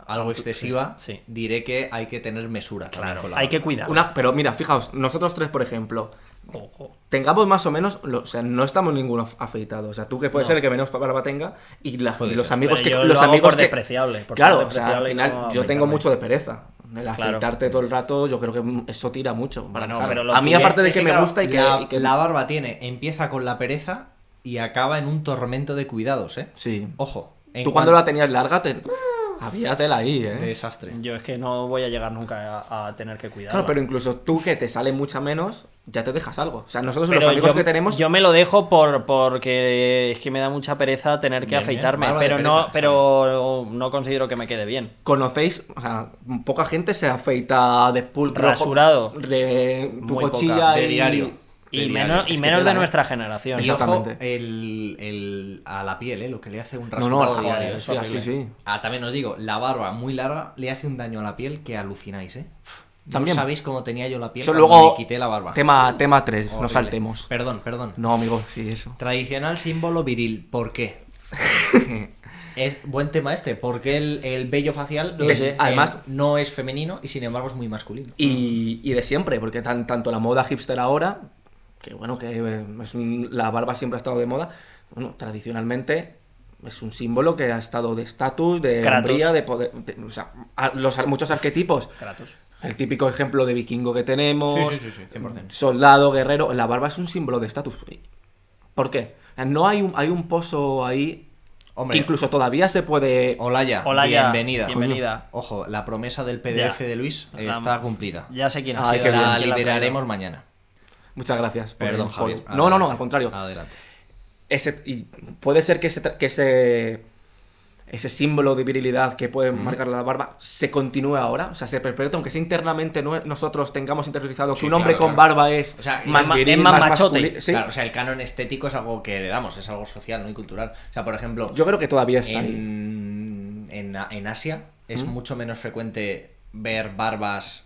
S1: algo excesiva,
S2: sí.
S1: diré que hay que tener mesura. también con la
S2: Hay que
S1: barba.
S2: cuidar.
S3: Una, pero mira, fijaos, nosotros tres, por ejemplo,
S2: Ojo.
S3: tengamos más o menos, lo- o sea, no estamos ninguno afeitados. O sea, tú que puedes
S2: No.
S3: ser el que menos barba tenga y, la-
S1: Puede
S3: y los
S1: ser.
S3: amigos
S2: Pero
S3: que
S2: yo lo
S3: los
S2: hago
S3: amigos
S2: por
S3: que
S2: despreciable, por
S3: claro,
S2: ser
S3: o sea, al
S2: despreciable
S3: final
S2: no
S3: yo
S2: afeitarme.
S3: tengo mucho de pereza. El
S2: Claro.
S3: afeitarte todo el rato, yo creo que mm, eso tira mucho. para
S2: Bueno,
S3: dejar.
S2: pero lo
S3: a mí
S2: tuyo-
S3: aparte de
S1: Es
S3: que, me
S1: claro,
S3: gusta y que,
S1: la,
S3: y que-
S1: la barba tiene, empieza con la pereza y acaba en un tormento de cuidados, ¿eh?
S3: sí.
S1: Ojo. en
S3: Tú cuando
S1: cuan-
S3: la tenías larga te Había tela ahí,
S1: De
S3: ¿eh?
S1: desastre.
S2: Yo es que no voy a llegar nunca a, a tener que cuidar.
S3: Claro, pero incluso tú que te sale mucha menos, ya te dejas algo. O sea, nosotros
S2: Pero
S3: los amigos
S2: yo,
S3: que tenemos...
S2: yo me lo dejo por porque es que me da mucha pereza tener que
S1: Bien, bien.
S2: afeitarme,
S1: Bárbara de
S2: pero
S1: pereza,
S2: no,
S1: está
S2: pero no considero que me quede bien.
S3: Conocéis, o sea, poca gente se afeita de pulcro.
S2: Rasurado.
S3: De tu
S2: Muy poca,
S3: cochilla
S1: de
S3: y-
S1: diario. De
S2: Y menos,
S1: diario.
S2: y
S3: que
S2: menos
S3: te la
S2: de
S3: ve.
S2: nuestra generación.
S1: Y
S2: Yo-
S1: ojo,
S3: Exactamente.
S1: el, el- a la piel, ¿eh? lo que le hace un
S3: No,
S1: rasurado
S3: no, a la
S1: diario.
S3: joder,
S2: es
S3: hostia, sí,
S2: horrible.
S3: sí.
S1: Ah, también os digo, la barba muy larga le hace un daño a la piel que alucináis, ¿eh?
S3: También.
S1: No sabéis cómo tenía yo la piel
S3: Eso
S1: cuando
S3: luego-
S1: me quité la barba.
S3: Tema, tema 3, no
S1: Horrible.
S3: saltemos.
S1: Perdón, perdón.
S3: No, amigo, sí, eso.
S1: Tradicional símbolo viril, ¿por qué? es buen tema este, porque el, el vello facial
S3: Es-
S1: eh,
S3: además-
S1: no es femenino y sin embargo es muy masculino.
S3: Y, y de siempre, porque tan, tanto la moda hipster ahora, que bueno, que eh, es un- la barba siempre ha estado de moda, bueno, tradicionalmente es un símbolo que ha estado de estatus, de
S2: Kratos.
S3: hombría, de poder... de- o sea, a- los, ar- muchos arquetipos.
S2: Kratos.
S3: El típico ejemplo de vikingo que tenemos,
S1: Sí, sí, sí, sí, 100%.
S3: soldado, guerrero, la barba es un símbolo de estatus. ¿Por qué? No hay un, hay un pozo ahí
S1: Hombre,
S3: que incluso todavía se puede...
S1: Olaya,
S2: Olaya,
S1: bienvenida.
S2: bienvenida.
S1: Ojo, la promesa del PDF
S2: Ya.
S1: de Luis
S2: La-
S1: está cumplida.
S2: Ya sé quién ha sido
S3: Ay, Ah, qué
S2: el
S3: bien.
S1: la
S2: que ha traído.
S1: liberaremos mañana.
S3: Muchas gracias. por
S1: Perdón,
S3: el-
S1: Javier.
S3: por- No, no, no,
S1: adelante.
S3: al contrario.
S1: Adelante.
S3: ese y puede ser que ese, tra- que ese ese símbolo de virilidad que puede marcar la barba se continúe ahora, o sea, se perpetúe, aunque sea internamente no- nosotros tengamos interiorizado que
S1: Sí,
S3: un hombre
S1: claro,
S3: con
S1: claro.
S3: barba es
S1: O sea, es
S3: más
S2: ma-
S3: viril,
S2: es más machote.
S3: masculi- sí.
S1: Claro, o sea, el canon estético es algo que heredamos, es algo social, no y cultural. O sea, por ejemplo,
S3: Yo creo que todavía está ahí.
S1: en, en, en Asia es mucho menos frecuente ver barbas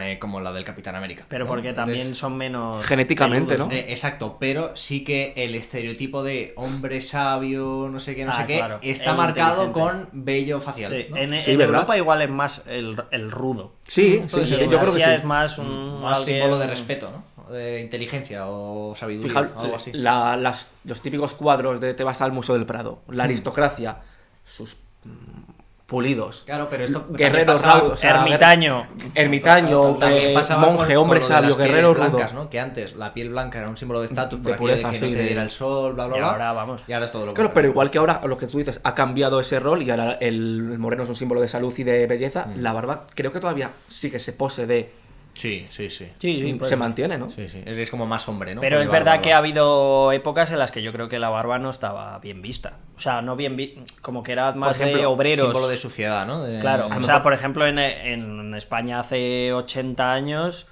S1: eh, como la del Capitán América.
S2: Pero
S1: ¿no?
S2: porque
S1: Entonces,
S2: también son menos.
S3: Genéticamente,
S2: peludos,
S3: ¿no?
S1: Eh, Exacto, pero sí que el estereotipo de hombre sabio, no sé qué, no
S2: Ah,
S1: sé qué,
S2: claro,
S1: está
S2: el
S1: marcado con
S2: inteligente.
S1: vello facial.
S2: Sí,
S1: ¿no?
S2: En,
S3: Sí,
S2: en
S3: ¿verdad?
S2: Europa igual es más el, el rudo.
S3: Sí, sí,
S1: puede
S3: sí,
S1: ser,
S3: yo creo que
S2: Asia es
S3: sí.
S2: más un.
S1: Más
S2: alguien-
S1: símbolo de respeto, ¿no? De inteligencia o sabiduría,
S3: Fijaos,
S1: o algo así.
S3: la- las- los típicos cuadros de te vas al Museo del Prado,
S1: Hmm.
S3: la aristocracia, sus mm, pulidos,
S1: Claro, pero esto también
S3: guerreros
S1: pasaba-
S3: raudos, o sea,
S2: Ermitaño.
S3: ermitaño, eh,
S1: También pasaba
S3: monje,
S1: con-
S3: hombre
S1: con lo de las pieles
S3: sabio, guerrero rudo.
S1: blancas, ¿no? Que antes la piel blanca era un símbolo de estatus,
S3: De
S1: por aquello de
S3: pureza,
S1: que
S3: sí,
S1: no te
S3: de-
S1: diera el sol, bla, bla,
S2: Y
S1: bla.
S2: ahora, vamos.
S1: Y ahora es todo lo
S3: Claro,
S1: contrario.
S3: pero igual que ahora, lo que tú dices, ha cambiado ese rol y ahora el moreno es un símbolo de salud y de belleza,
S1: Hmm.
S3: la barba creo que todavía sí que se pose de... mm,
S1: Sí, sí, sí.
S2: Sí, sí, puede
S3: se
S2: ser.
S3: mantiene, ¿no?
S1: Sí, sí. Es, es como más hombre, ¿no?
S2: Pero
S1: Con
S2: es
S1: barba,
S2: verdad que ha
S1: barba.
S2: habido épocas en las que yo creo que la barba no estaba bien vista. O sea, no bien vi- como que era más de
S3: ejemplo,
S2: obreros.
S1: Símbolo de eh, suciedad, ¿no? De-
S2: Claro,
S1: de-
S2: o sea, por ejemplo, en, en España hace 80 años,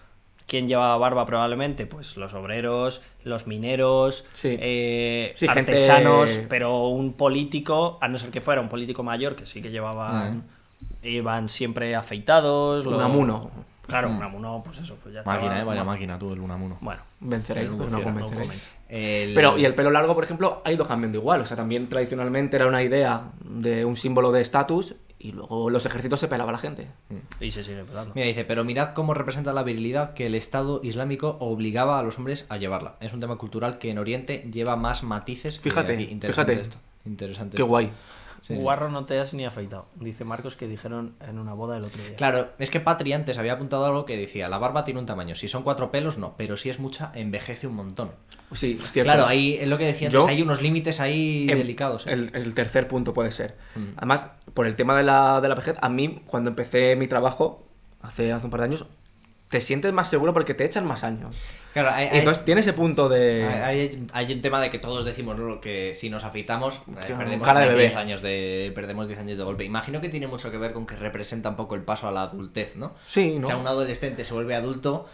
S2: ¿quién llevaba barba probablemente? Pues los obreros, los mineros,
S3: Sí.
S2: eh,
S3: Sí, gente-
S2: artesanos, pero un político, a no ser que fuera un político mayor, que sí que llevaban,
S1: Ah, eh.
S2: iban siempre
S3: Pues
S2: afeitados. los-
S3: Unamuno.
S2: Claro, un amuno, pues eso, pues ya
S1: Mm. Máquina,
S2: estaba-
S1: ¿eh? Vaya máquina tú, el Unamuno.
S2: Bueno,
S3: Venceréis,
S1: Pero
S3: pero
S1: no
S3: no
S1: funciona,
S3: convenceréis.
S2: no convence.
S1: El-
S3: Pero, y el pelo largo, por ejemplo, ha ido cambiando igual. O sea, también tradicionalmente era una idea de un símbolo de estatus y luego los ejércitos se pelaba a la gente.
S2: y se sigue pelando.
S1: Mira, dice, pero mirad cómo representa la virilidad que el Estado Islámico obligaba a los hombres a llevarla. Es un tema cultural que en Oriente lleva más matices. que
S3: Fíjate,
S1: aquí. Interesante
S3: fíjate.
S1: Esto. Interesante.
S3: Qué
S1: esto.
S3: guay.
S1: Sí.
S2: Guarro no te has ni afeitado, dice Marcos que dijeron en una boda el otro día.
S1: Claro, es que Patri antes había apuntado algo que decía, la barba tiene un tamaño, si son cuatro pelos no, pero si es mucha, envejece un montón.
S3: Sí, cierto.
S1: Claro, ahí es lo que decía antes,
S3: Yo-
S1: hay unos límites ahí
S3: Em,
S1: delicados. ¿eh?
S3: El, el tercer punto puede ser. Además, por el tema de la, de la vejez, a mí, cuando empecé mi trabajo, hace, hace un par de años, te sientes más seguro porque te echan más años.
S1: Claro, Eh, hay,
S3: Y entonces tiene ese punto
S1: hay-
S3: de.
S1: hay- hay un tema de que todos decimos ¿no? que si nos afeitamos eh,
S3: Claro,
S1: perdemos
S3: cara de bebé.
S1: 10 años de perdemos 10 años de golpe. Imagino que tiene mucho que ver con que representa un poco el paso a la adultez, ¿no?
S3: Sí,
S1: O
S3: ¿no?
S1: sea, un adolescente se vuelve adulto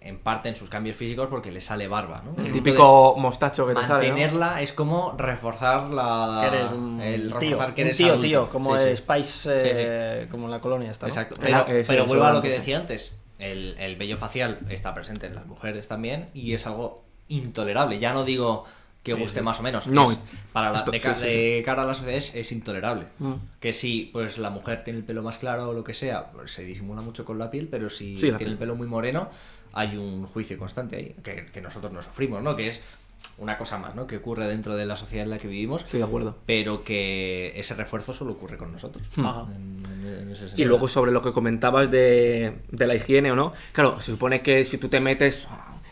S1: en parte en sus cambios físicos porque le sale barba, ¿no?
S3: El
S1: Entonces,
S3: típico mostacho que te sale. ¿no?
S1: Mantenerla es como reforzar la.
S2: que eres un
S1: Ah, el
S2: tío,
S1: reforzar que
S2: un
S1: eres
S2: tío,
S1: adulto.
S2: tío, como
S1: Sí, sí.
S2: el Spice, eh, como la colonia está. ¿no?
S1: Exacto.
S3: El
S1: Pero,
S3: a- eh, sí,
S1: pero
S3: el
S1: vuelvo a lo
S3: sobrante,
S1: que
S3: sí.
S1: decía antes. El, el vello facial está presente en las mujeres también y es algo intolerable. Ya no digo que guste más o menos.
S3: No.
S1: es- para la,
S3: Esto-
S1: de, ca-
S3: sí, sí, sí.
S1: de cara a la sociedad es, es intolerable.
S2: Mm.
S1: Que si pues la mujer tiene el pelo más claro o lo que sea, pues, se disimula mucho con la piel, pero si
S3: Sí,
S1: tiene
S3: la piel.
S1: el pelo muy moreno, hay un juicio constante ahí, que, que nosotros no sufrimos, ¿no? Que es una cosa más, ¿no? Que ocurre dentro de la sociedad en la que vivimos
S3: Estoy de acuerdo.
S1: pero que ese refuerzo solo ocurre con nosotros.
S2: Ajá.
S1: En- en- en ese
S3: Y
S1: sentido.
S3: luego sobre lo que comentabas de, de la higiene o no. Claro, se supone que si tú te metes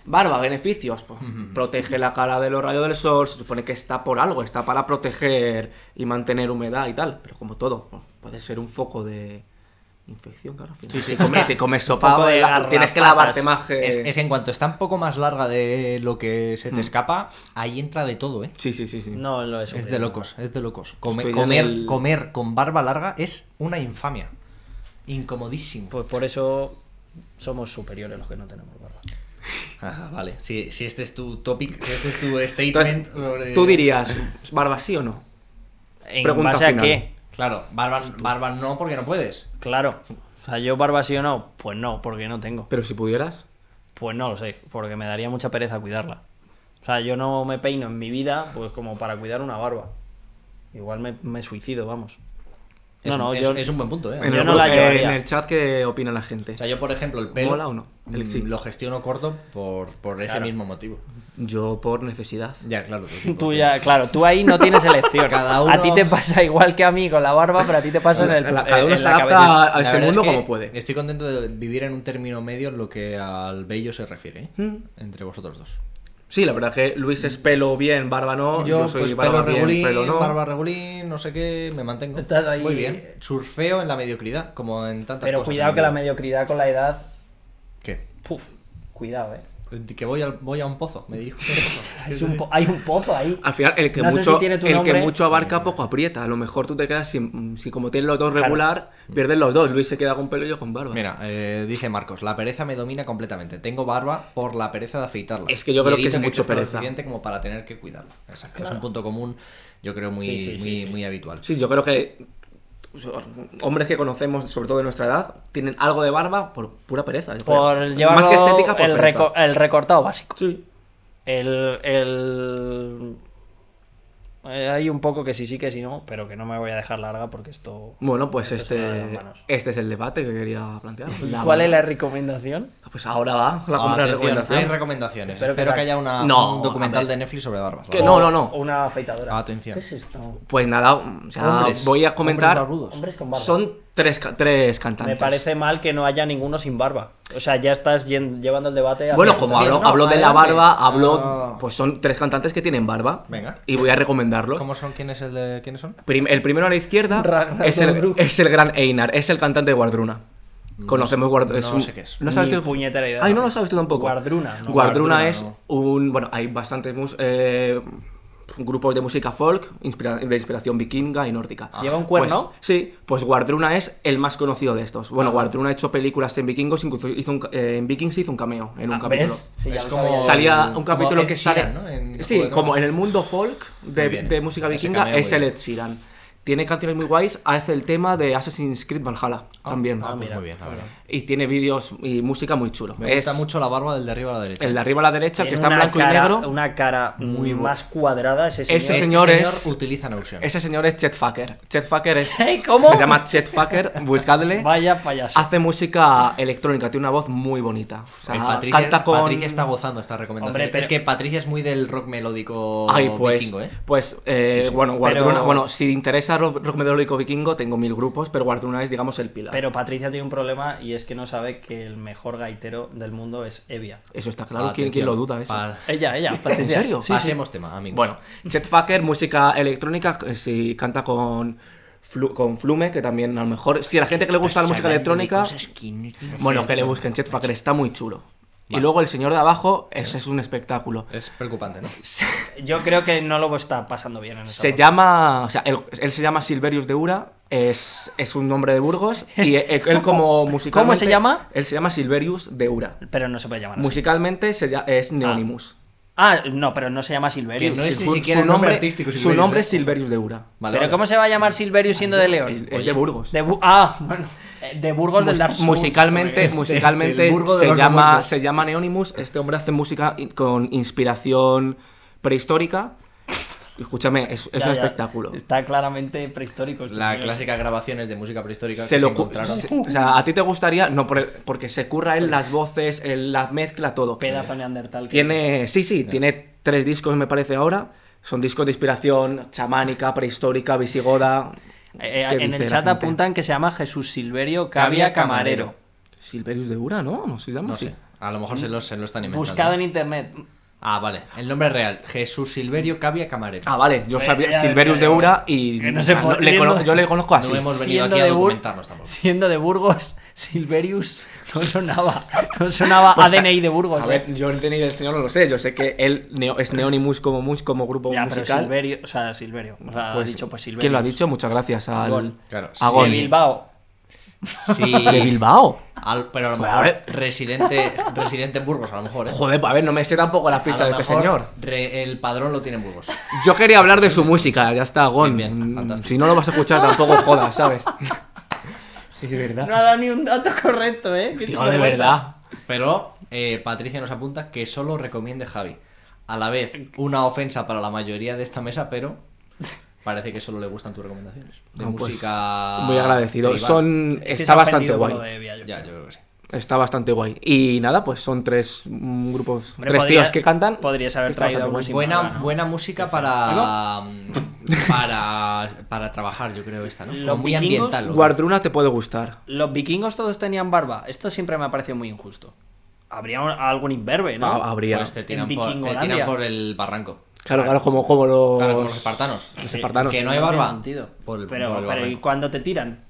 S3: Barba, beneficios. pues, Protege la cara de los rayos del sol. Se supone que está por algo, está para proteger y mantener humedad y tal. Pero como todo, pues, puede ser un foco de infección, claro. al final. Si comes, si comes
S2: foco
S3: sopa,
S2: de
S3: la- tienes que
S2: garrapatas.
S3: lavarte más que...
S1: Es, es en cuanto está un poco más larga de lo que
S3: Hmm.
S1: se te escapa, ahí entra de todo, ¿eh?
S3: Sí, sí, sí, sí.
S2: No, lo es.
S1: Es de locos, es de locos. Come-
S3: Estoy en
S1: comer,
S3: el-
S1: comer con barba larga es una infamia. Incomodísimo.
S2: Pues por eso somos superiores los que no tenemos barba.
S1: Ah, vale. Si, si este es tu topic, si este es tu statement.
S3: Entonces,
S1: sobre-
S2: eh,
S3: tú dirías, ¿barba sí o no?
S2: ¿En
S3: Pregunta
S2: base
S3: final.
S2: a qué?
S1: Claro, barba, barba no porque no puedes.
S2: Claro. O sea, yo barba sí o no, pues no, porque no tengo.
S3: Pero si pudieras...
S2: Pues no lo sé, porque me daría mucha pereza cuidarla. O sea, yo no me peino en mi vida, pues como para cuidar una barba. Igual me, me suicido, vamos.
S1: Es,
S2: no, no,
S1: un- es-
S2: yo.
S1: es un buen punto, ¿eh?
S3: En
S2: Yo
S3: el,
S2: no la
S3: eh,
S2: llevaría.
S3: en el chat, ¿qué opina la gente?
S1: O sea, yo, por ejemplo, el pelo
S3: ¿Mola o no? El-
S1: mm,
S3: sí.
S1: lo gestiono corto por, por ese
S2: Claro.
S1: mismo motivo.
S3: Yo por necesidad.
S1: Ya, claro. pues,
S2: Tú
S1: porque-
S2: ya, claro, tú ahí no tienes elección.
S1: Cada uno-
S2: A ti te pasa igual que a mí con la barba, pero a ti te pasa en el.
S3: Cada- cada
S2: en
S3: uno se
S2: la
S3: adapta
S2: cabeza.
S3: a- a
S1: La
S3: este
S1: verdad es
S3: mundo
S1: que
S3: como puede.
S1: Estoy contento de vivir en un término medio en lo que al bello se refiere, ¿eh?
S2: Mm.
S1: entre vosotros dos.
S3: Sí, la verdad que Luis es pelo bien, barba no. Yo, soy
S1: pues,
S3: barba
S1: pelo
S3: bien,
S1: regulín,
S3: pelo no.
S1: barba regulín, no sé qué, me mantengo.
S2: Estás ahí-
S1: Muy bien. Surfeo en la mediocridad, como en tantas
S2: Pero
S1: cosas.
S2: cuidado
S1: en
S2: que la
S1: vida.
S2: mediocridad con la edad.
S1: ¿Qué?
S2: Puf, cuidado, eh.
S1: Que voy, al- voy a un pozo, me dijo.
S2: Es un po- hay un pozo ahí.
S3: Al final, el que,
S2: No sé
S3: mucho,
S2: si tiene tu
S3: el que
S2: nombre.
S3: mucho abarca, poco aprieta. A lo mejor tú te quedas sin. Si como tienes los dos regular, pierdes los dos. Luis se queda con pelo y yo con barba.
S1: Mira, eh, dice Marcos, la pereza me domina completamente. Tengo barba por la pereza de afeitarla.
S3: Es que yo creo
S1: Y
S3: que es
S1: evito
S3: mucho
S1: crezca lo
S3: pereza.
S1: suficiente como para tener que cuidarla. Exacto. Es un punto común, yo creo, muy,
S2: Sí, sí, sí,
S1: muy,
S2: sí.
S1: muy habitual.
S3: Sí, yo creo que. Hombres que conocemos, sobre todo de nuestra edad, tienen algo de barba por pura pereza. yo creo.
S2: Por llevarlo
S3: Más que estética, por
S2: el,
S3: pereza.
S2: reco- el recortado básico.
S3: Sí.
S2: El, el... eh, Hay un poco que sí, sí, que sí, no, pero que no me voy a dejar larga porque esto...
S3: Bueno, pues
S2: esto se me va de las
S3: este,
S2: manos.
S3: este es el debate que quería plantear. La
S2: ¿Cuál es
S3: barba.
S2: la recomendación?
S3: Pues ahora va la
S1: Ah, atención,
S3: contrarrecomendación.
S1: hay recomendaciones. Espero,
S2: Espero que
S1: que
S2: la-
S1: haya una,
S3: No,
S1: un
S3: a
S1: documental
S3: ver.
S1: de Netflix sobre barbas.
S3: Que
S1: ¿vale?
S3: no, no, no.
S2: O Una afeitadora.
S1: Atención.
S2: ¿Qué es esto?
S3: Pues nada, o sea,
S1: Hombres,
S3: voy a comentar.
S1: hombres barbudos.
S2: Hombres con barba.
S3: Son tres, ca- tres cantantes.
S2: Me parece mal que no haya ninguno sin barba. O sea, ya estás yen- llevando el debate a...
S3: Bueno, como
S1: Bien,
S3: hablo,
S1: no,
S3: hablo de la
S1: adelante.
S3: barba, hablo.
S1: Ah.
S3: Pues son tres cantantes que tienen barba.
S1: Venga.
S3: Y voy a recomendarlos.
S1: ¿Cómo son? ¿Quién es el de quiénes son?
S3: Prim- el primero a la izquierda
S2: Ragnar
S3: es el,
S2: Lodbrok.
S3: es el gran Einar, es el cantante de Guardruna. Conocemos Guardruna.
S1: no sé qué es.
S3: No sabes
S2: Ni
S3: qué
S2: puñetera idea.
S3: Ay, no lo sabes tú tampoco.
S2: Guardruna, no.
S3: Guardruna
S1: Guardruna,
S3: es
S1: no.
S3: un. Bueno, hay bastantes mus- eh, grupos de música folk inspira- de inspiración vikinga y nórdica.
S2: Ah. ¿Lleva un cuerno? Ah.
S3: Pues, sí, pues Guardruna es el más conocido de estos. Bueno, Guardruna ha hecho películas en vikingos, incluso hizo un ca- eh, en Vikings hizo un cameo en un
S2: Ah,
S3: capítulo.
S2: ¿ves? Sí, ya
S1: Es
S2: lo
S1: como-
S2: sabía.
S3: Salía un
S1: Como
S3: capítulo
S1: Ed
S3: que
S1: Sheeran,
S3: sale.
S1: ¿no? En-
S3: sí,
S1: joder,
S3: como
S1: ¿cómo?
S3: en el mundo folk de,
S1: Muy bien.
S3: de música
S1: Ese
S3: vikinga
S1: cameo
S3: es
S1: muy
S3: el
S1: bien.
S3: Ed Sheeran. Tiene canciones muy guays, hace el tema de Assassin's Creed Valhalla también.
S1: Ah, pues
S2: mira.
S1: muy bien, la verdad.
S3: Y tiene vídeos y música muy chulo.
S1: Me
S3: es
S1: gusta mucho la barba del de arriba a la derecha.
S3: el de arriba a la derecha, el
S2: Tiene
S3: que está en
S2: una
S3: blanco y
S2: cara-
S3: negro.
S2: Una cara muy más cuadrada ese señor.
S3: Ese
S1: Este
S3: señor
S1: señor
S3: es-
S1: utiliza Notion.
S3: Ese señor es Chet Facker. Chet Facker es.
S2: ¿Eh? ¿Cómo?
S3: Se llama Chet Facker, buscadle.
S2: Vaya payaso.
S3: Hace música electrónica, tiene una voz muy bonita. O sea,
S1: El Patricia,
S3: canta con.
S1: Patricia está gozando esta recomendación.
S2: Hombre, pero-
S1: Es que Patricia es muy del rock melódico
S3: Ay, pues,
S1: vikingo, ¿eh?
S3: pues eh, bueno,
S2: Pero-
S3: Guardruna, bueno, si interesa rock rock melódico vikingo, tengo mil grupos, pero Guardruna es, digamos, el pilar.
S2: Pero Patricia tiene un problema y es que no sabe que el mejor gaitero del mundo es Evia.
S3: Eso está claro, ¿quién, quién lo duda eso?
S1: Pa-
S2: Ella, ella, Patricia.
S3: ¿En serio?
S2: Sí, sí.
S1: Pasemos tema, amigos.
S3: Bueno, Chet Facker, música electrónica, eh, si canta con, Flu- con Flume, que también a lo mejor, si a la gente que le gusta
S1: Pues
S3: la música electrónica, bueno, que le busquen Chet Facker, está muy chulo. Y
S1: Vale.
S3: luego el señor de abajo, ese es un espectáculo.
S1: Es preocupante, ¿no?
S2: Yo creo que no lo está pasando bien en esa
S3: Se
S2: parte.
S3: llama, o sea, él, él se llama Silverius de Ura, es, es un nombre de Burgos y él, él como musicalmente...
S2: ¿Cómo se llama?
S3: Él se llama Silverius de Ura.
S1: Ah,
S2: Pero no se puede llamar así.
S3: Musicalmente se lla- es Neonimus.
S2: Ah, no, pero no se llama Silverius.
S1: Que no es-
S3: Su-
S1: ni siquiera
S3: su
S1: un nombre artístico,
S3: Su
S1: Silverius, ¿eh?
S3: nombre es Silverius de Ura.
S1: Vale,
S2: pero
S1: vale.
S2: ¿cómo se va a llamar Silverius siendo de León?
S3: Es, es de Burgos.
S2: De Bu- ah, bueno. eh, De Burgos del
S3: Mus-
S2: Dark Souls.
S3: musicalmente, musicalmente
S1: del Burgo de
S3: se,
S1: los
S3: llama,
S1: Remuertos.
S3: se llama Neonimus. Este hombre hace música in- con inspiración prehistórica. Escúchame, es, es
S2: Ya,
S3: un
S2: ya.
S3: espectáculo.
S2: Está claramente prehistórico. este
S1: La
S2: señor.
S1: clásica grabaciones de música prehistórica
S3: Se
S1: que
S3: lo
S1: se
S3: cu-
S1: encontraron. Pues-
S3: se- o sea, a ti te gustaría, no por el- porque se curra él las voces, él la mezcla, todo.
S2: Pedazo neandertal. que-
S3: Tiene, sí, sí, tiene tres discos, me parece ahora. Son discos de inspiración chamánica, prehistórica, visigoda.
S2: Eh, eh,
S3: ¿Qué
S2: en
S3: dice
S2: el
S3: la
S2: chat
S3: gente?
S2: apuntan que se llama Jesús Silverio Cavia
S1: Cavia Camarero.
S2: Camarero.
S3: Silverius de Ura, ¿no? No se llama
S1: No
S3: así.
S1: sé. A lo mejor se lo, se lo están inventando.
S4: Buscado en internet.
S1: Ah, vale. El nombre real. Jesús Silverio Cavia Camarero.
S3: Ah, vale, yo
S2: Eh,
S3: sabía
S2: ya,
S3: Silverius
S2: ya,
S3: de
S2: ya.
S3: Ura y.
S2: Que no se
S3: o sea,
S2: puede-
S3: le cono- yo le conozco así.
S1: no hemos venido
S2: siendo
S1: aquí a
S2: de Bur-
S1: documentarnos tampoco.
S2: Siendo de Burgos, Silverius no sonaba. No sonaba
S3: Pues,
S2: ADNI de Burgos.
S3: A
S2: eh.
S3: ver, yo el DNI del señor no lo sé. Yo sé que él neo- es Neonimus como mus como grupo
S2: Ya, pero
S3: musical.
S2: Silverio, o sea, Silverio. O sea, ha dicho pues Silverio.
S3: ¿Quién lo ha dicho? Muchas gracias al.
S2: Gol.
S1: Claro.
S3: a
S1: sí.
S3: Gol.
S2: De Bilbao.
S1: Sí.
S3: Ah, De Bilbao.
S1: Al- pero a lo
S3: Pues,
S1: mejor
S3: a ver.
S1: residente, residente en Burgos, a lo mejor. ¿eh?
S3: Joder, pues, a ver, no me sé tampoco la ficha
S1: A
S3: de
S1: lo
S3: este
S1: mejor
S3: señor.
S1: re- el padrón lo tiene en Burgos.
S3: Yo quería hablar de su música, ya está, Gon.
S1: Bien, bien,
S3: Mm,
S1: fantástico.
S3: Si no lo vas a escuchar tampoco jodas, ¿sabes? De verdad.
S2: No ha dado ni un dato correcto, ¿eh? ¿Qué
S3: Tío,
S2: tipo
S3: de
S2: bolsa?
S3: verdad.
S1: Pero eh, Patricia nos apunta que solo recomiende Javi. A la vez, una ofensa para la mayoría de esta mesa, pero parece que solo le gustan tus recomendaciones. De
S3: No, pues,
S1: música.
S3: Muy agradecido.
S1: tribal.
S3: Son.
S2: Es que se
S3: está
S2: ha
S3: bastante
S2: ofendido por lo
S3: guay.
S2: de Villa, yo
S1: Ya, yo
S2: creo.
S1: creo que sí.
S3: Está bastante guay. Y nada, pues son tres mm, grupos,
S2: Hombre,
S3: tres
S2: podría-
S3: tíos que cantan.
S2: podrías haber
S3: que está
S2: traído
S3: bastante
S2: alguna
S3: guay.
S2: sin
S1: Buena,
S2: palabra, ¿no?
S1: buena música para, mm, para para trabajar, yo creo, esta, ¿no?
S2: Los
S1: Como muy
S2: vikingos-
S1: ambiental. ¿no?
S3: Guardruna te puede gustar.
S2: Los vikingos todos tenían barba. Esto siempre me ha parecido muy injusto. Habría un- algún imberbe, ¿no?
S3: Ah, habría.
S1: Pues te tiran,
S2: En
S1: por, te
S2: Vikingolandia.
S1: tiran por el barranco.
S3: Claro, claro, como, como los.
S1: Claro, como los espartanos.
S3: Los espartanos.
S1: Que no hay barba.
S2: tiene sentido.
S1: Por el-
S2: pero,
S1: por el
S2: pero ¿y
S1: barranco.
S2: cuando te tiran?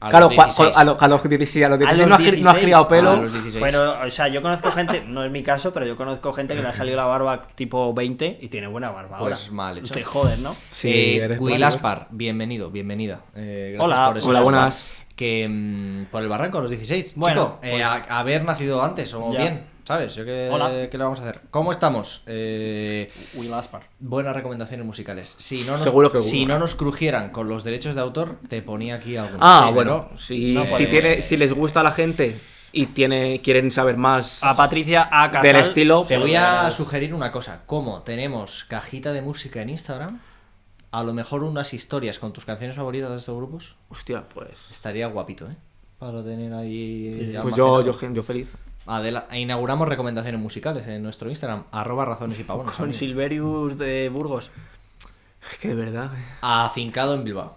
S1: A los
S3: Claro, cua-
S1: 16.
S3: a, lo- a los 16, a los 16 no, has, cri- no has
S2: 16.
S3: criado pelo.
S1: A los 16.
S2: Bueno, Ah, o sea, yo conozco gente, no es mi caso, pero yo conozco gente que le ha salido la barba tipo 20 y tiene buena barba.
S1: Pues
S2: ahora.
S1: mal hecho.
S2: Te joden, ¿no?
S3: Sí,
S1: Eh,
S3: eres
S1: Will
S3: malo.
S1: Aspar, bienvenido, bienvenida. Eh, gracias
S2: Hola.
S1: por eso,
S3: Hola,
S1: Aspar.
S3: buenas.
S1: Que mm, por el barranco, a los 16.
S2: Bueno,
S1: Chico, eh,
S2: pues-
S1: a- haber nacido antes o
S2: Ya.
S1: bien, ¿sabes? Yo que,
S2: Hola.
S1: ¿Qué le vamos a hacer? ¿Cómo estamos? Eh,
S2: Will Aspar.
S1: buenas recomendaciones musicales. Si no nos,
S3: Seguro que
S1: si
S3: hubo.
S1: no nos crujieran con los derechos de autor, te ponía aquí algo.
S3: Ah, bueno, si,
S2: no
S3: si
S2: podemos.
S3: tiene, si les gusta a la gente y tiene, quieren saber más
S2: A Patricia A. Casal.
S3: del estilo,
S1: Te
S3: pues-
S1: voy a sugerir una cosa. Como tenemos cajita de música en Instagram, a lo mejor unas historias con tus canciones favoritas de estos grupos
S3: Hostia, pues.
S1: estaría guapito, ¿eh? Para tener ahí.
S3: Pues yo,
S1: almacenado.
S3: yo, yo feliz.
S1: Adela- e inauguramos recomendaciones musicales en nuestro Instagram, arroba razones y pavones.
S2: Con
S1: amigos.
S2: Silverius de Burgos.
S3: Es que de verdad. eh.
S1: Afincado en Bilbao.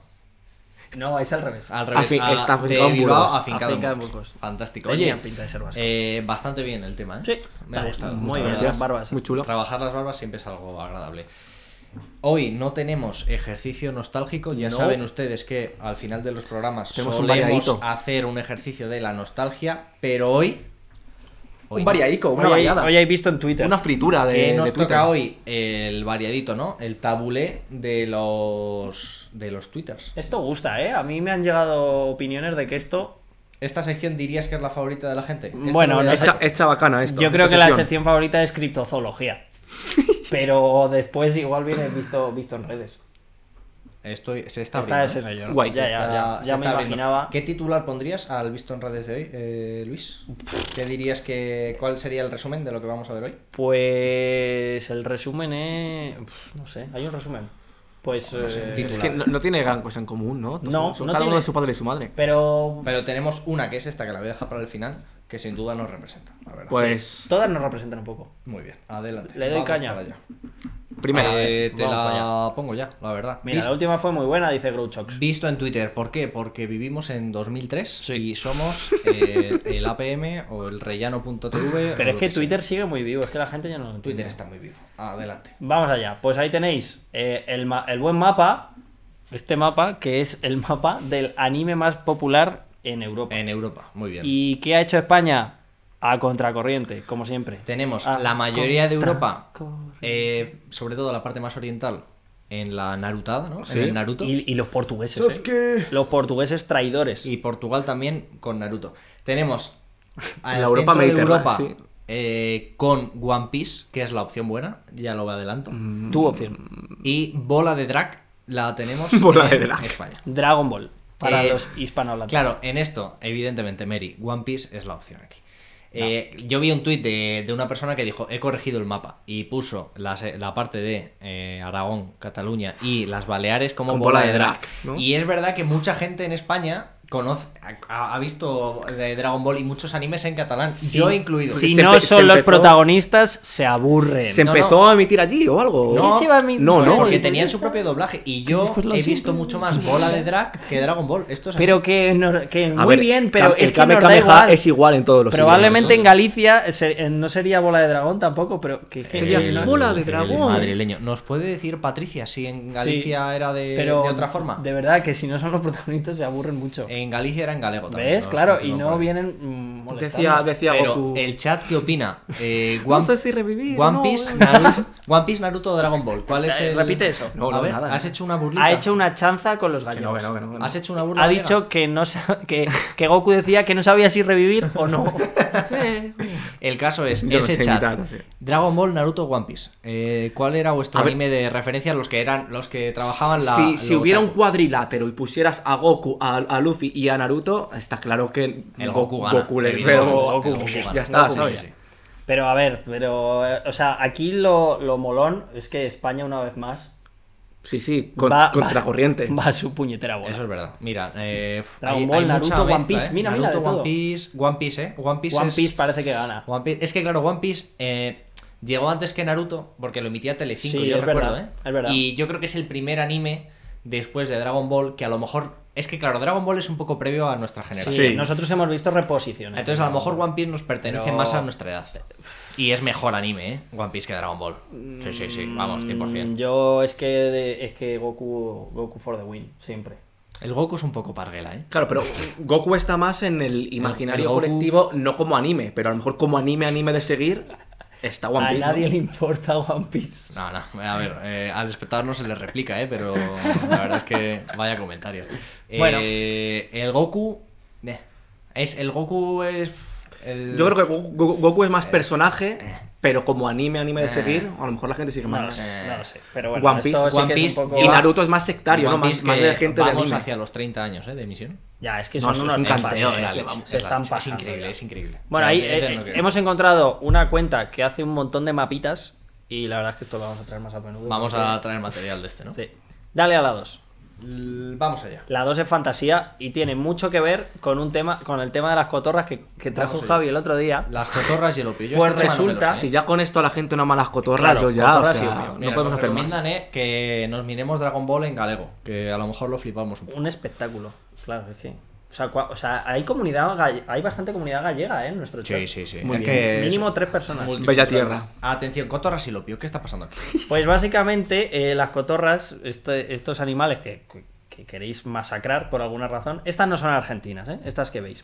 S2: No, es al revés.
S1: Al revés.
S3: Afi-
S1: a-
S3: está
S1: de
S3: afincado en
S1: Bilbao,
S3: Burgos.
S1: afincado en
S2: Afincado en
S1: Burgos.
S2: Burgos.
S1: Fantástico.
S2: Tenía
S1: Oye,
S2: pinta de ser vasco.
S1: eh, bastante bien el tema, ¿eh?
S2: Sí.
S1: Me ha
S2: Vale,
S1: gustado.
S2: Muy
S3: Muchas
S2: bien,
S3: gracias.
S2: las barbas.
S3: Muy chulo.
S1: Trabajar las barbas siempre es algo agradable. Hoy no tenemos ejercicio nostálgico, ya
S2: No.
S1: saben ustedes que al final de los programas
S3: Tenemos un
S1: solemos
S3: variadito.
S1: hacer un ejercicio de la nostalgia, pero hoy... hoy no.
S3: un variadico, una
S2: hoy,
S3: variada.
S2: hoy hay visto en Twitter.
S3: Una fritura de.
S1: ¿Qué
S3: de
S1: nos
S3: Twitter.
S1: toca hoy? El variadito, ¿no? El tabulé de los de los twitters.
S2: Esto gusta, ¿eh? A mí me han llegado opiniones de que esto...
S1: ¿Esta sección dirías que es la favorita de la gente? Esta
S2: Bueno,
S1: novedad-
S2: no
S3: Es, cha- es chabacana esto.
S2: Yo creo
S3: esta
S2: que la sección favorita es criptozoología. Pero después igual viene visto, visto en redes.
S1: Estoy, se está
S2: Esta
S1: abriendo.
S2: es en ello. ¿no?
S3: Guay,
S2: ya, ya,
S1: Está-
S2: ya,
S1: se está
S2: ya me
S1: abriendo.
S2: imaginaba.
S1: ¿Qué titular pondrías al visto en redes de hoy, eh, Luis? ¿Qué dirías que cuál sería el resumen de lo que vamos a ver hoy?
S2: Pues el resumen es... Uf, No sé, hay un resumen. Pues... eh,
S1: título.
S3: Es que no, no tiene gran cosa en común, ¿no?
S2: No,
S3: Son
S2: no
S3: cada uno
S2: tiene.
S3: de su padre y su madre.
S2: Pero...
S1: Pero tenemos una que es esta que la voy a dejar para el final, que sin duda nos representa. la verdad.
S3: Pues,
S2: Todas nos representan un poco.
S1: Sí. muy bien, adelante.
S2: Le doy
S1: Vamos
S2: caña.
S1: para allá.
S3: primero.
S1: Eh, te
S2: vamos
S1: la pongo ya, la verdad.
S2: Mira,
S1: Visto-
S2: la última fue muy buena, dice Grouchox.
S1: Visto en Twitter, ¿por qué? Porque vivimos en 2003 y somos eh, el APM o el rellano.tv.
S2: Pero es que Twitter sigue muy vivo, es que la gente ya no lo entiende.
S1: Twitter está muy vivo. Adelante.
S2: Vamos allá, pues ahí tenéis eh, el, ma- el buen mapa, este mapa, que es el mapa del anime más popular en Europa.
S1: En Europa, muy bien.
S2: ¿Y qué ha hecho España? A contracorriente, como siempre.
S1: Tenemos
S2: Ah,
S1: la mayoría de
S2: contra-
S1: Europa,
S2: corriente.
S1: eh, sobre todo la parte más oriental, en la Narutada, ¿no?
S3: Sí.
S1: En el Naruto. Y,
S2: Y, y los portugueses. ¿eh? Los portugueses traidores.
S1: Portugal también con Naruto. Tenemos a
S3: La Europa
S1: centro de
S3: mediterránea,
S1: Europa
S3: sí.
S1: eh, con One Piece, que es la opción buena, ya lo adelanto.
S3: Mm.
S2: Tu opción.
S1: Y Bola de Drag la tenemos
S3: Bola
S1: en
S3: de Drag.
S1: España.
S2: Dragon Ball, para
S1: Eh,
S2: los hispanohablantes.
S1: Claro, en esto, evidentemente, Mary, One Piece es la opción aquí. Eh, yo vi un tuit de, de una persona que dijo, he corregido el mapa y puso la, se- la parte de eh, Aragón, Cataluña y las Baleares como
S3: Con
S1: bola,
S3: bola
S1: de
S3: de
S1: drag.
S3: drag, ¿no?
S1: Y es verdad que mucha gente en España conoce, ha, ha visto de Dragon Ball y muchos animes en catalán, yo incluido.
S2: Si
S3: Se
S2: no
S3: empe- se
S2: son los
S3: empezó-
S2: protagonistas, se aburren.
S3: ¿Se
S1: No,
S3: empezó
S1: no.
S3: a emitir allí o algo?
S2: No. se va a emitir?
S3: no,
S1: Bueno,
S3: no.
S1: porque tenían su propio doblaje y yo
S2: Pues lo
S1: he
S2: siento.
S1: visto mucho más bola de drag que Dragon Ball. Esto es así.
S2: Pero que, no- que
S3: A
S2: muy
S3: ver,
S2: bien, pero
S3: Kam- el
S2: es que nos da
S3: Kamehameha
S2: igual.
S3: es igual en todos los
S2: Probablemente
S3: idiomas,
S2: en Galicia se- eh, no sería bola de dragón tampoco, pero que que-
S3: Sería
S2: que no-
S3: bola de
S1: el
S3: dragón.
S1: madrileño. ¿Nos puede decir Patricia si en Galicia
S2: Sí,
S1: era de,
S2: pero
S1: de otra forma? Eh,
S2: De verdad, que si no son los protagonistas se aburren mucho.
S1: En Galicia era en galego también.
S2: ¿Ves?
S1: nos
S2: claro, y
S1: confirman por
S2: no
S1: ahí.
S2: vienen. mm,
S3: ¿no?
S2: molestando.
S3: Decía, decía
S1: Pero
S3: Goku.
S1: el chat, ¿qué opina? Eh,
S3: No
S1: One,
S3: sé si revivir.
S1: One
S3: no,
S1: Piece,
S3: eh.
S1: Naruto, One Piece, Naruto o Dragon Ball. ¿Cuál es
S2: Eh,
S1: el...?
S2: repite eso.
S3: No,
S1: A
S3: no,
S1: ver,
S3: nada,
S1: has
S3: nada.
S1: hecho una burlita.
S2: Ha hecho una chanza con los
S3: Que no,
S2: gallegos.
S3: que no, que no, que no.
S1: Has hecho una burla.
S2: Ha
S1: gallega?
S2: dicho que no sa- que, que Goku decía que no sabía si revivir o no.
S1: El caso es
S3: Yo no
S1: ese
S3: sé
S1: chat.
S3: imitar, no sé.
S1: Dragon Ball, Naruto, One Piece. Eh, ¿Cuál era vuestro
S3: A ver-
S1: anime de referencia? Los que eran, los que trabajaban la.
S3: si, si
S1: lo
S3: hubiera un
S1: otaku.
S3: cuadrilátero y pusieras a Goku, a, a Luffy y a Naruto, está claro que
S1: El Goku gana.
S3: les-
S1: El
S3: pero
S1: Goku, el Goku gana.
S3: ya está,
S1: Goku,
S3: ¿sabes?
S1: sí, sí.
S2: Pero a ver, pero. eh, O sea, aquí lo, lo molón es que España, una vez más,
S3: Sí, sí, con-
S2: va-
S3: contracorriente.
S2: Va, va a su puñetera bola.
S1: Eso es verdad. Mira, eh, f-
S2: Dragon Ball, Naruto,
S1: mucha ¿eh?
S2: One Piece. Mira, mira,
S1: Naruto,
S2: de
S1: One
S2: todo.
S1: Piece, One Piece, ¿eh? One Piece,
S2: One
S1: es...
S2: Piece parece que gana.
S1: One Piece- Es que claro, One Piece eh, llegó antes que Naruto porque lo emitía Telecinco,
S2: Sí,
S1: yo
S2: es
S1: recuerdo,
S2: verdad,
S1: ¿eh?
S2: es verdad.
S1: Y yo creo que es el primer anime después de Dragon Ball que a lo mejor es que claro, Dragon Ball es un poco previo a nuestra generación.
S2: Sí,
S3: Sí.
S2: Nosotros hemos visto reposiciones.
S1: Entonces a lo mejor One Piece nos pertenece
S2: Pero-
S1: más a nuestra edad. Y es mejor anime, ¿eh? One Piece que Dragon Ball. Sí, sí, sí, vamos, 100%.
S2: Mm, Yo es que de- es que Goku Goku for the win siempre.
S1: El Goku es un poco parguela, ¿eh?
S3: Claro, pero Goku está más en el imaginario
S1: El Goku-
S3: colectivo, no como anime, pero a lo mejor como anime, anime de seguir, está One
S2: a
S3: Piece. ¿no?
S2: nadie le importa One Piece.
S1: No, no, a ver, eh, al espectador no se le replica, ¿eh? pero la verdad es que vaya comentario. Eh,
S2: Bueno.
S1: el Goku. eh, es, el Goku es. el-
S3: Yo creo que Goku, Goku- Goku es más personaje, pero como anime, anime de seguir, a lo mejor la gente sigue
S2: No lo
S3: más.
S2: sé,
S1: Eh,
S2: no lo sé. Pero bueno,
S3: One Piece-
S2: esto sí
S1: One
S2: que es un
S1: Piece
S2: poco-
S3: y
S1: lleva-
S3: Naruto es más sectario,
S1: One
S3: ¿no? Más,
S1: Piece
S3: más
S1: que
S3: de gente de
S1: Vamos
S3: anime.
S1: hacia los 30 años ¿eh? de emisión.
S2: Ya, es que
S3: No,
S2: son
S3: eso es
S2: unos
S3: un canteo,
S2: nefasos,
S3: es
S2: es que,
S3: que-
S2: vamos,
S1: es,
S2: se están
S1: es
S2: pasando
S1: increíble,
S2: ya.
S1: es increíble.
S2: Bueno,
S1: O sea,
S2: ahí
S1: de- de-
S2: eh,
S1: no creo.
S2: hemos encontrado una cuenta que hace un montón de mapitas y la verdad es que esto lo vamos a traer más a menudo.
S1: Vamos
S2: porque-
S1: a traer material de este, ¿no?
S2: eh, Sí. Dale a la 2.
S1: L- Vamos allá.
S2: La 2 es fantasía y tiene mucho que ver con un tema con el tema de las cotorras que, que trajo
S1: Vamos allá.
S2: Javi el otro día.
S1: Las cotorras y el opio. Yo
S2: Pues
S1: este tema no me lo
S2: resulta-
S1: sé, ¿eh?
S3: Si ya con esto a la gente no ama las cotorras,
S2: Claro,
S3: yo ya, o
S2: cotorras
S3: sea,
S2: y opio.
S3: no
S1: Mira,
S3: podemos
S1: nos
S3: hacer más.
S1: recomiendan, ¿eh? que nos miremos Dragon Ball en galego, que a lo mejor lo flipamos un poco.
S2: Un espectáculo, claro, es que. O sea, cua- o sea, hay comunidad galle- hay bastante comunidad gallega, ¿eh? En nuestro chat. Eh,
S1: Sí, sí, sí.
S3: Muy
S1: Es
S3: bien.
S1: que-
S2: Mínimo tres personas.
S1: Multi-
S3: Bella tierra.
S1: Atención, cotorras y lopio, ¿qué está pasando aquí?
S2: Pues básicamente, eh, las cotorras, este- estos animales que, que- que queréis masacrar por alguna razón, estas no son argentinas, ¿eh? Estas que veis.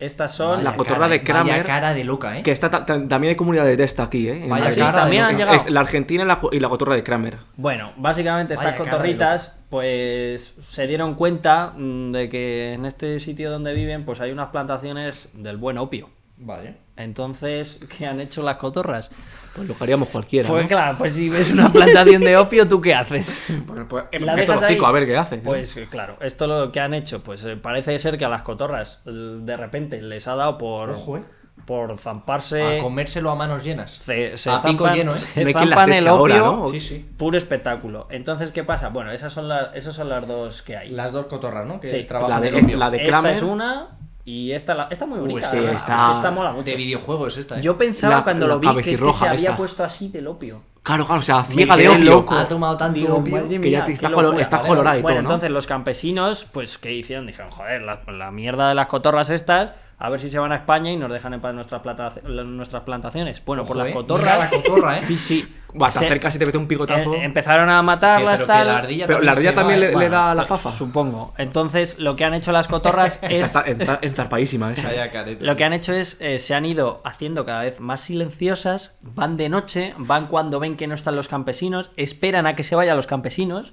S2: Estas son.
S3: La
S1: Vaya
S3: cotorra
S1: cara,
S3: de
S1: Vaya
S3: Kramer,
S1: cara de loca, ¿eh?
S3: Que está ta- ta- también hay comunidades de esta aquí, ¿eh? En
S1: Vaya
S2: Ah, sí,
S3: Madrid.
S1: cara de
S2: también han
S1: loca.
S2: llegado.
S3: Es la Argentina y la, y la cotorra de Kramer.
S2: Bueno, básicamente estas
S1: Vaya cara de
S2: cotorritas, pues se dieron cuenta mm, de que en este sitio donde viven, pues hay unas plantaciones del buen opio.
S1: Vale.
S2: Entonces, ¿qué han hecho las cotorras?
S3: Pues lo que haríamos cualquiera.
S2: Pues
S3: ¿no?
S2: claro, pues si ves una plantación de opio, ¿tú qué haces?
S3: Bueno, pues, eh,
S2: La
S3: meto
S2: dejas
S3: el hocico,
S2: ahí.
S3: a ver qué hace. ¿no?
S2: Pues eh, claro, esto lo que han hecho, pues eh, parece ser que a las cotorras l- de repente les ha dado por,
S1: Ojo, eh.
S2: por
S1: A
S2: zamparse.
S1: comérselo a manos llenas.
S2: Se, se
S1: a pico
S2: zampan-
S1: lleno, ¿eh?
S2: se
S3: No hay quien las
S2: zampan
S3: eche
S2: el
S3: ahora,
S2: opio,
S3: ¿no?
S1: Sí, sí.
S2: Puro espectáculo. Entonces, ¿qué pasa? Bueno, esas son, las esas son las dos que hay.
S1: Las dos cotorras, ¿no? Que
S2: Sí.
S1: trabajan
S3: La de-
S1: en opio.
S3: la de
S2: esta
S3: Kramer.
S2: es una y esta, la, esta muy bonita.
S3: sí,
S2: la verdad.
S3: está-
S2: Esta mola mucho.
S1: De videojuego es esta, ¿eh?
S2: Yo pensaba
S3: La-
S2: cuando
S3: la
S2: lo vi que, es que se
S3: cabecirroja
S2: había
S3: esta.
S2: puesto así del opio.
S3: Claro, claro, o sea,
S2: Me
S3: ciega de
S2: quedé
S3: opio.
S2: loco.
S1: Ha tomado tanto
S2: Digo,
S1: opio
S2: madre
S3: que ya
S2: mira,
S3: te está,
S2: qué
S3: colo-
S2: locura,
S3: está
S1: ¿vale?
S3: colorada y
S2: Bueno,
S3: todo, ¿no?
S2: entonces los campesinos, pues, ¿qué hicieron? Dijeron, joder, la, la mierda de las cotorras estas, a ver si se van a España y nos dejan en paz nuestras, plata- la- nuestras plantaciones. Bueno, por
S1: Ojo,
S2: las
S1: ¿eh?
S2: cotorras.
S1: La cotorra, ¿eh?
S2: Sí, sí.
S3: Vas, te
S2: Se-
S3: acercas y te mete un picotazo.
S2: em- empezaron a
S1: Que- pero
S2: matarlas,
S1: que
S2: tal.
S1: la ardilla
S3: Pero la ardilla
S1: se va,
S3: también
S1: ¿eh?
S3: le, le da la
S2: pues,
S3: fafa.
S2: Supongo. Entonces, lo que han hecho las cotorras
S3: Esa
S2: es.
S3: está enza- ¿eh? enzarpadísima esa.
S1: Vaya careta.
S2: Lo que han hecho es, eh, se han ido haciendo cada vez más silenciosas, van de noche, van cuando ven que no están los campesinos, esperan a que se vayan los campesinos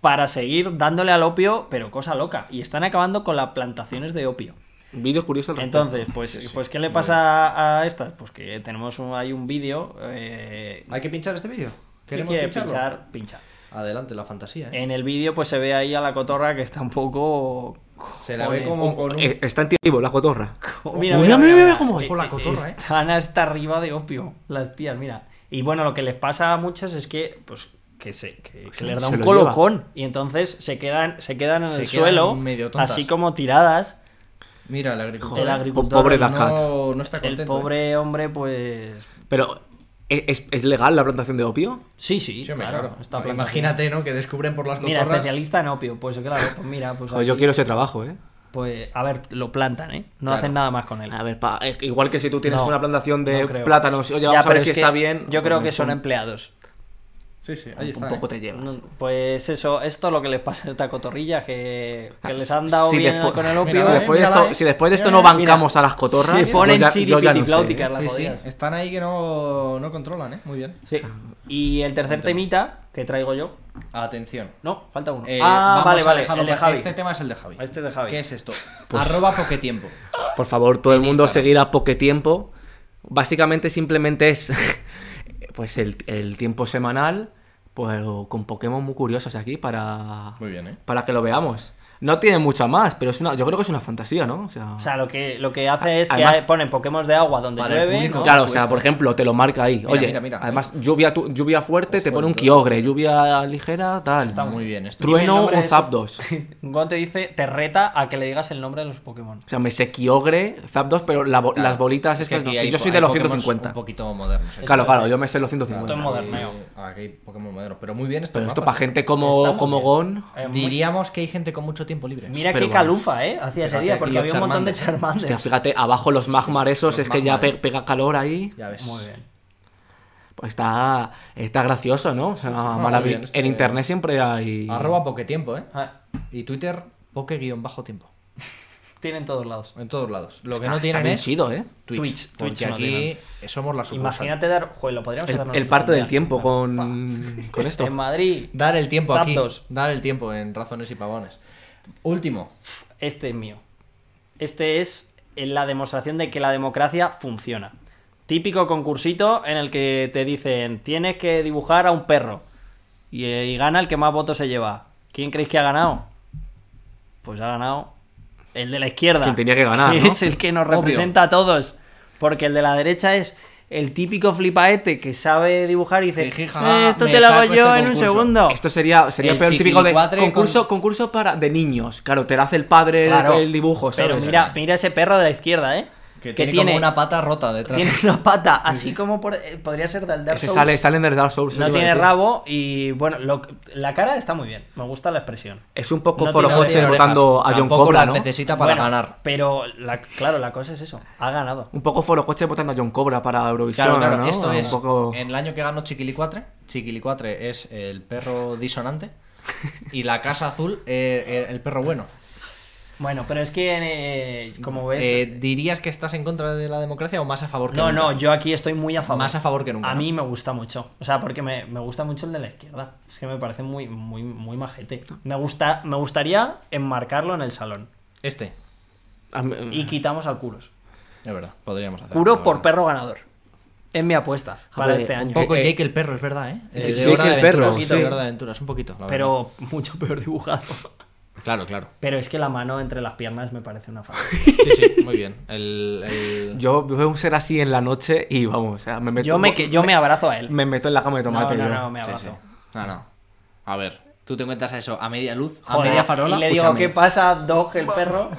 S2: para seguir dándole al opio, pero cosa loca. Y están acabando con las plantaciones de opio.
S3: Vídeos curiosos. al respecto.
S2: Entonces, pues, pues ¿qué le pasa a estas? Pues que tenemos un, hay un vídeo... Eh,
S1: ¿Hay que pinchar este vídeo?
S2: ¿qué
S1: ¿Queremos
S2: quiere
S1: pincharlo?
S2: pinchar? Pincha.
S1: Adelante, la fantasía, ¿eh?
S2: En el vídeo pues se ve ahí a la cotorra que está un poco...
S1: Se la ve
S2: cojones.
S1: como con un...
S3: Eh, está en tiempo la cotorra.
S2: Mira,
S3: Mira,
S2: mira,
S3: mira,
S2: mira,
S3: mira cómo
S1: Ojo la cotorra, ¿eh?
S2: Están hasta arriba de opio, las tías, mira. Y bueno, lo que les pasa a muchas es que, pues, que, se, que,
S3: Pues
S2: que les da
S3: se
S2: un
S3: lo lleva.
S2: colocón. Y entonces se quedan, se quedan en
S1: Se
S2: el
S1: quedan
S2: suelo,
S1: medio tontas.
S2: así como tiradas.
S1: Mira, el agricultor.
S2: el agricultor
S3: pobre
S2: no-
S3: Dakat.
S1: no, no está contento. ¿eh?
S2: El pobre hombre, pues.
S3: Pero, ¿es, es- es legal la plantación de opio?
S2: Sí, sí,
S1: Sí, hombre,
S2: claro.
S1: claro.
S2: está
S1: No,
S2: plantación.
S1: Imagínate, ¿no? Que descubren por las
S2: Mira,
S1: cotorras.
S2: especialista en opio. Pues claro, pues mira, pues.
S3: Joder, yo
S2: aquí,
S3: quiero ese trabajo, ¿eh?
S2: Pues, a ver, lo plantan, ¿eh? No
S1: Claro.
S2: hacen nada más con él.
S3: A ver, pa- eh, igual que si tú tienes
S2: No,
S3: una plantación de
S2: no creo.
S3: plátanos, oye,
S2: Ya,
S3: vamos a
S2: pero es
S3: ver si
S2: que
S3: está bien.
S2: Yo creo
S3: Bueno,
S2: que son
S3: un-
S2: empleados.
S1: Sí, sí, ahí está.
S3: Un
S1: ¿eh?
S3: poco te llevas.
S2: No, Pues eso, esto es lo que les pasa a esta cotorrilla, que, que
S3: Ah,
S2: les
S3: si-
S2: han dado
S3: si
S2: bien
S3: después-
S2: con el opio.
S1: Mira,
S3: si,
S1: eh,
S3: después de
S1: mírala,
S3: esto,
S1: eh.
S3: si después de esto
S1: Mira,
S3: no
S1: mira.
S3: bancamos a las cotorras,
S2: Se ponen
S3: yo ya- yo ya no sé,
S2: chiripitiplauticas
S3: ¿eh?
S2: las
S1: Sí, sí,
S2: jodidas.
S1: están ahí que no, no controlan, ¿eh? Muy bien.
S2: Sí. Y el tercer temita que traigo yo.
S1: Atención.
S2: No, falta uno.
S1: Eh,
S2: ah,
S1: vamos
S2: vale,
S1: a
S2: vale.
S1: dejarlo
S2: El de
S1: para-
S2: Javi.
S1: Este tema es el de Javi.
S2: Este es de Javi.
S1: ¿Qué es esto? Arroba Poquetiempo.
S3: Por favor, todo el
S1: En
S3: mundo
S1: Instagram.
S3: seguir a Poquetiempo. Básicamente simplemente es pues el, el tiempo semanal, pues con Pokémon muy curiosos aquí para,
S1: Muy bien, ¿eh?
S3: para que lo veamos. No tiene mucha más, pero es una, yo creo que es una fantasía, ¿no? O sea,
S2: O sea, lo que, lo que hace es
S3: Además-
S2: que ponen Pokémon de agua donde
S1: Ah, Para el
S2: llueve.
S1: público.
S2: ¿no?
S3: claro, o
S1: puesto.
S3: sea, por ejemplo, te lo marca ahí.
S1: Mira,
S3: Oye,
S1: mira, mira.
S3: además lluvia, tu- lluvia fuerte te
S1: Ojo,
S3: pone un
S1: entonces.
S3: Kyogre, lluvia ligera, tal.
S1: Está muy bien esto.
S2: Dime el
S3: Trueno
S2: nombre
S3: o
S2: de
S3: Zapdos.
S2: Gon te dice, te reta a que le digas el nombre de los Pokémon.
S3: O sea, me sé Kyogre, Zapdos, pero la bo-
S1: Claro.
S3: las bolitas
S1: Es que
S3: estas no
S1: aquí
S3: sé.
S1: hay
S3: Yo
S1: po-
S3: soy de
S1: hay
S3: los
S1: Pokémon
S3: 150.
S1: Un poquito modernos. ¿eh?
S3: Claro, claro, yo me sé los 150.
S2: Esto es moderneo.
S1: Aquí hay Pokémon modernos, pero muy bien esto.
S3: Pero esto para gente como,
S2: Está
S3: como
S2: muy bien.
S3: Gon.
S2: Eh, muy-
S1: Diríamos que hay gente con mucho tiempo libre.
S2: Mira
S3: Pero
S2: qué
S3: vamos.
S2: calufa, ¿eh? Hacía ese
S1: Fíjate,
S2: día,
S1: aquí
S2: porque
S1: los
S2: había un montón de
S1: Charmanders.
S2: Charmanders.
S3: Hostia, fíjate, abajo los magmar esos,
S1: los
S3: es que ya
S1: magmar,
S3: pe-
S1: eh.
S3: pega calor ahí.
S1: Ya ves.
S2: Muy bien.
S3: Pues está, está gracioso, ¿no? O sea, maravi-
S1: muy bien, este-
S3: En internet siempre hay.
S1: Arroba Poquetiempo, ¿eh?
S2: Ah,
S1: Y Twitter, Poke-Bajo Tiempo.
S2: tienen todos lados.
S1: En todos lados. Lo que
S3: Está-
S1: no
S3: está
S1: tienen
S3: bien
S1: es
S3: chido, ¿eh?
S1: Twitch.
S2: Twitch, Twitch
S1: porque
S2: no
S1: aquí somos la sucursal.
S2: Imagínate dar. Joder, lo podríamos
S3: El,
S2: hacer
S3: el
S2: nosotros
S3: parte
S2: un
S3: del
S2: día.
S3: tiempo con, con esto.
S2: En Madrid,
S1: Dar el tiempo aquí.
S2: Zapdos.
S1: Dar el tiempo en razones y pavones. Último.
S2: este es mío. Este es la demostración de que la democracia funciona. Típico concursito en el que te dicen tienes que dibujar a un perro y, eh, y gana el que más votos se lleva. ¿Quién creéis que ha ganado? Pues ha ganado el de la izquierda.
S3: Quien tenía que ganar,
S2: que
S3: ¿no?
S2: Es el que nos
S1: Obvio.
S2: representa a todos. Porque el de la derecha es el típico flipaete que sabe dibujar y dice:
S1: Jiji, jaja,
S2: "Eh, Esto
S1: me
S2: te lo hago
S1: saco
S2: yo
S1: este
S2: en un
S1: concurso".
S2: segundo.
S3: Esto sería, sería
S1: El
S3: peor típico de
S1: chiquilicuatre
S3: concurso,
S1: con-
S3: concurso para de niños. Claro, te lo hace el padre el-
S2: Claro,
S3: el, dibujo, ¿sabes?
S2: Pero mira, mira ese perro de la izquierda, ¿eh?
S1: Que, tiene, como una pata rota detrás.
S2: tiene una pata, así como por- eh, podría ser del Dark
S3: Ese
S2: Souls.
S3: sale, sale en el Dark Souls. eso
S2: no
S3: iba a
S2: tiene
S3: decir.
S2: rabo y bueno, lo- la cara está muy bien. Me gusta la expresión.
S3: Es un poco
S2: No
S3: foro
S2: tiene- no
S3: coche
S2: tiene
S3: votando a John
S1: Tampoco
S3: Cobra,
S1: las
S3: ¿no?
S1: necesita para
S2: Bueno,
S1: ganar.
S2: Pero la- claro, la cosa es eso. Ha ganado.
S3: Un poco foro coche votando a John Cobra para Eurovisión,
S1: Claro, claro.
S3: ¿no?
S1: Esto
S3: Un
S1: es
S3: poco-
S1: en el año que ganó Chiquilicuatre. Chiquilicuatre es el perro disonante. Y la casa azul, eh, eh, el perro bueno.
S2: Bueno, pero es que eh, como ves.
S1: Eh, ¿Dirías que estás en contra de la democracia o más a favor que
S2: no,
S1: nunca?
S2: no, yo aquí estoy muy a favor.
S1: Más a favor que nunca.
S2: A
S1: ¿no?
S2: mí me gusta mucho. O sea, porque me, me gusta mucho el de la izquierda. Es que me parece muy, muy, muy majete. Me gusta, me gustaría enmarcarlo en el salón.
S1: Este,
S3: A mí-
S2: Y quitamos al curos.
S1: es verdad, podríamos hacer.
S2: Juro
S1: pero
S2: por
S1: bueno.
S2: perro ganador. Es mi apuesta para
S3: Hombre,
S2: este
S3: un
S2: año.
S1: Un poco
S3: Eh,
S1: Jake el perro, es verdad, ¿eh? Eh, de
S3: Jake
S1: Hora de
S3: el perro,
S1: Aventuras, un poquito
S3: sí.
S1: de Hora de Aventuras, un poquito. la verdad.
S2: pero mucho peor dibujado.
S1: Claro, claro.
S2: Pero es que la mano entre las piernas me parece una falta.
S1: Sí, sí, muy bien. El, el-
S3: Yo veo un ser así en la noche y vamos, o sea, me meto,
S2: Yo me, que- yo me abrazo a él.
S3: me meto en la cama de tomate.
S2: no,
S3: yo.
S2: no, no, me
S1: Sí,
S2: abrazo.
S1: sí. No, no. A ver, tú te encuentras a eso a media luz, a
S2: Joder,
S1: media farola.
S2: Y le digo,
S1: escúchame.
S2: ¿qué pasa, Dog, el perro?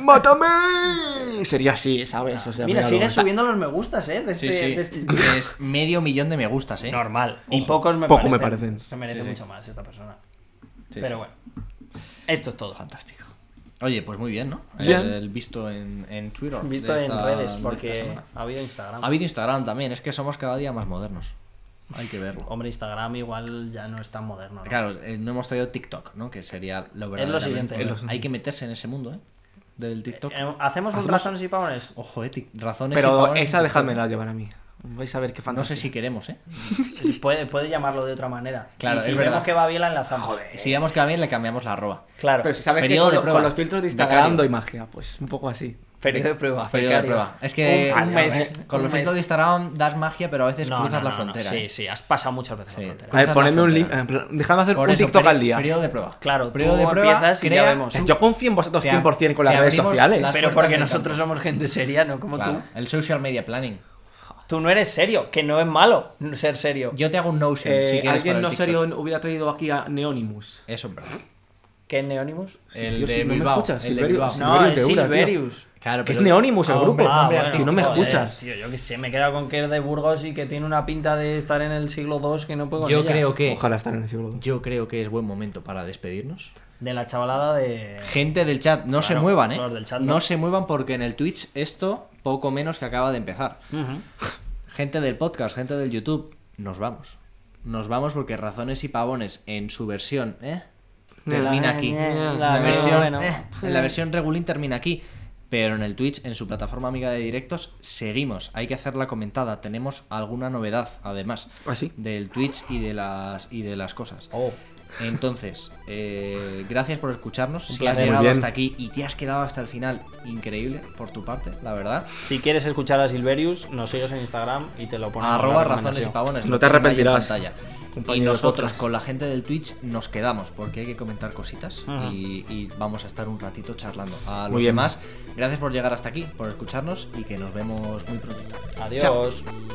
S3: ¡Mátame! Sería así, ¿sabes? O sea,
S2: Mira,
S3: mira,
S2: sigue
S3: luego está-
S2: subiendo los me gustas, ¿eh? De
S1: Sí,
S2: este,
S1: sí.
S2: de este-
S1: Es medio millón de me gustas, ¿eh?
S2: Normal. Y pocos me
S3: poco me
S2: parecen.
S3: parecen.
S2: Se merece
S1: Sí, sí.
S2: mucho más esta persona.
S1: Sí,
S2: Pero
S1: sí.
S2: bueno. Esto es todo.
S1: Fantástico. Oye, pues muy bien, ¿no?
S3: Bien.
S1: El, el visto en, en Twitter.
S2: Visto
S1: de
S2: en
S1: esta- de
S2: redes,
S1: esta
S2: porque
S1: semana.
S2: ha habido Instagram.
S1: Ha habido Instagram también, es que somos cada día más modernos. Hay que verlo.
S2: Hombre, Instagram igual ya no es tan moderno. ¿no?
S1: Claro, eh, no hemos traído TikTok, ¿no? Que sería lo verdadero.
S2: siguiente. Es lo
S1: Hay que meterse en ese mundo, ¿eh? Del TikTok.
S2: Eh, Hacemos un
S3: Hacemos-
S2: razones y pavones.
S1: Ojo, eh, tic- razones. y
S3: Pero
S1: pavones en
S3: esa
S1: TikTok.
S3: dejadmela llevar a mí. Vais a ver qué fantasía.
S1: No sé si queremos, ¿eh?
S2: Puede, puede llamarlo de otra manera.
S1: Claro,
S2: y si
S1: es
S2: vemos
S1: verdad.
S2: que va bien, la enlazamos.
S1: Si vemos que va bien, le cambiamos la arroba.
S2: Claro.
S3: Pero si sabes que
S1: Periodo
S3: con,
S1: de
S3: lo-
S1: prueba.
S3: con los filtros de Instagram
S1: Becario.
S3: doy magia, pues un poco así.
S2: Periodo de prueba.
S1: Periodo de prueba. Es que
S2: Un- un mes,
S1: con
S2: un
S1: los filtros
S2: mes.
S1: de Instagram das magia, pero a veces cruzas la frontera.
S2: Sí,
S1: ¿eh?
S2: sí, has pasado muchas veces
S1: Sí.
S2: la frontera.
S3: A ver,
S1: Cruzas
S3: ponedme
S1: la
S3: un link.
S1: frontera.
S3: eh, Dejadme hacer
S1: Por
S3: un
S1: eso,
S3: TikTok
S1: peri-
S3: al día.
S1: Periodo de prueba.
S2: Claro, tú
S1: periodo de prueba.
S2: empiezas y ya
S1: crea-
S2: vemos.
S3: Yo confío en vosotros
S1: Te-
S3: 100% con las
S1: te
S3: redes
S1: abrimos
S3: sociales.
S1: las-
S2: Pero porque
S1: puertas del
S2: nosotros somos gente seria, no como
S1: Claro,
S2: tú.
S1: el social media planning.
S2: tú no eres serio, que no es malo ser serio.
S1: Yo te hago un notion,
S3: Eh,
S1: si quieres, para
S3: Alguien
S1: el
S3: no
S1: TikTok.
S3: serio hubiera traído aquí a Neonimus.
S1: Eso es verdad.
S2: ¿Qué es Neonimus?
S1: El
S3: tío,
S1: de
S3: si no me
S1: Bilbao,
S3: escuchas,
S1: el de
S3: Silverio,
S1: Bilbao.
S3: Silverio
S2: No,
S3: de
S2: es
S3: Eura, tío.
S2: Silverius.
S1: Claro,
S3: Que es Neonimus, el
S1: Ah, hombre,
S3: grupo.
S1: hombre,
S2: bueno,
S1: artístico.
S3: no me
S2: joder,
S3: escuchas.
S2: Tío, yo que sé, me he quedado con que es de Burgos y que tiene una pinta de estar en el siglo II que no puedo con
S1: Yo
S2: ella.
S1: creo que
S3: Ojalá estar en el siglo II.
S1: yo creo que es buen momento para despedirnos.
S2: De la chavalada de.
S1: Gente del chat, no se
S2: Claro,
S1: muevan, ¿eh?
S2: los del chat
S1: no.
S2: no.
S1: se muevan porque en el Twitch esto poco menos que acaba de empezar. Gente del podcast, gente del YouTube, nos vamos. Nos vamos porque Razones y Pavones en su versión, ¿eh? Termina
S2: eh,
S1: aquí.
S2: La
S1: La versión,
S2: bueno.
S1: eh, la versión regulín termina aquí. Pero en el Twitch, en su plataforma amiga de directos, seguimos. Hay que hacerla comentada. Tenemos alguna novedad, además,
S3: ¿Ah, sí?
S1: del Twitch y de las y de las cosas.
S2: Oh.
S1: Entonces, eh, gracias por escucharnos. Si has
S2: placer.
S1: llegado
S3: Muy bien.
S1: hasta aquí y te has quedado hasta el final, increíble por tu parte, la verdad.
S2: Si quieres escuchar a Silverius, nos sigues en Instagram y te lo ponemos.
S1: Arroba
S2: en la
S1: razones y
S2: recomendación.
S1: pavones.
S3: No
S1: lo
S3: te
S1: tienen ahí en
S3: arrepentirás,
S1: pantalla. Y
S3: compañero de
S1: nosotros
S3: podcast.
S1: con la gente del Twitch nos quedamos porque hay que comentar cositas
S2: Ajá.
S1: y, y vamos a estar un ratito charlando. A los
S3: Muy bien.
S1: demás, gracias por llegar hasta aquí, por escucharnos y que nos vemos muy prontito.
S2: Adiós.
S1: Chao.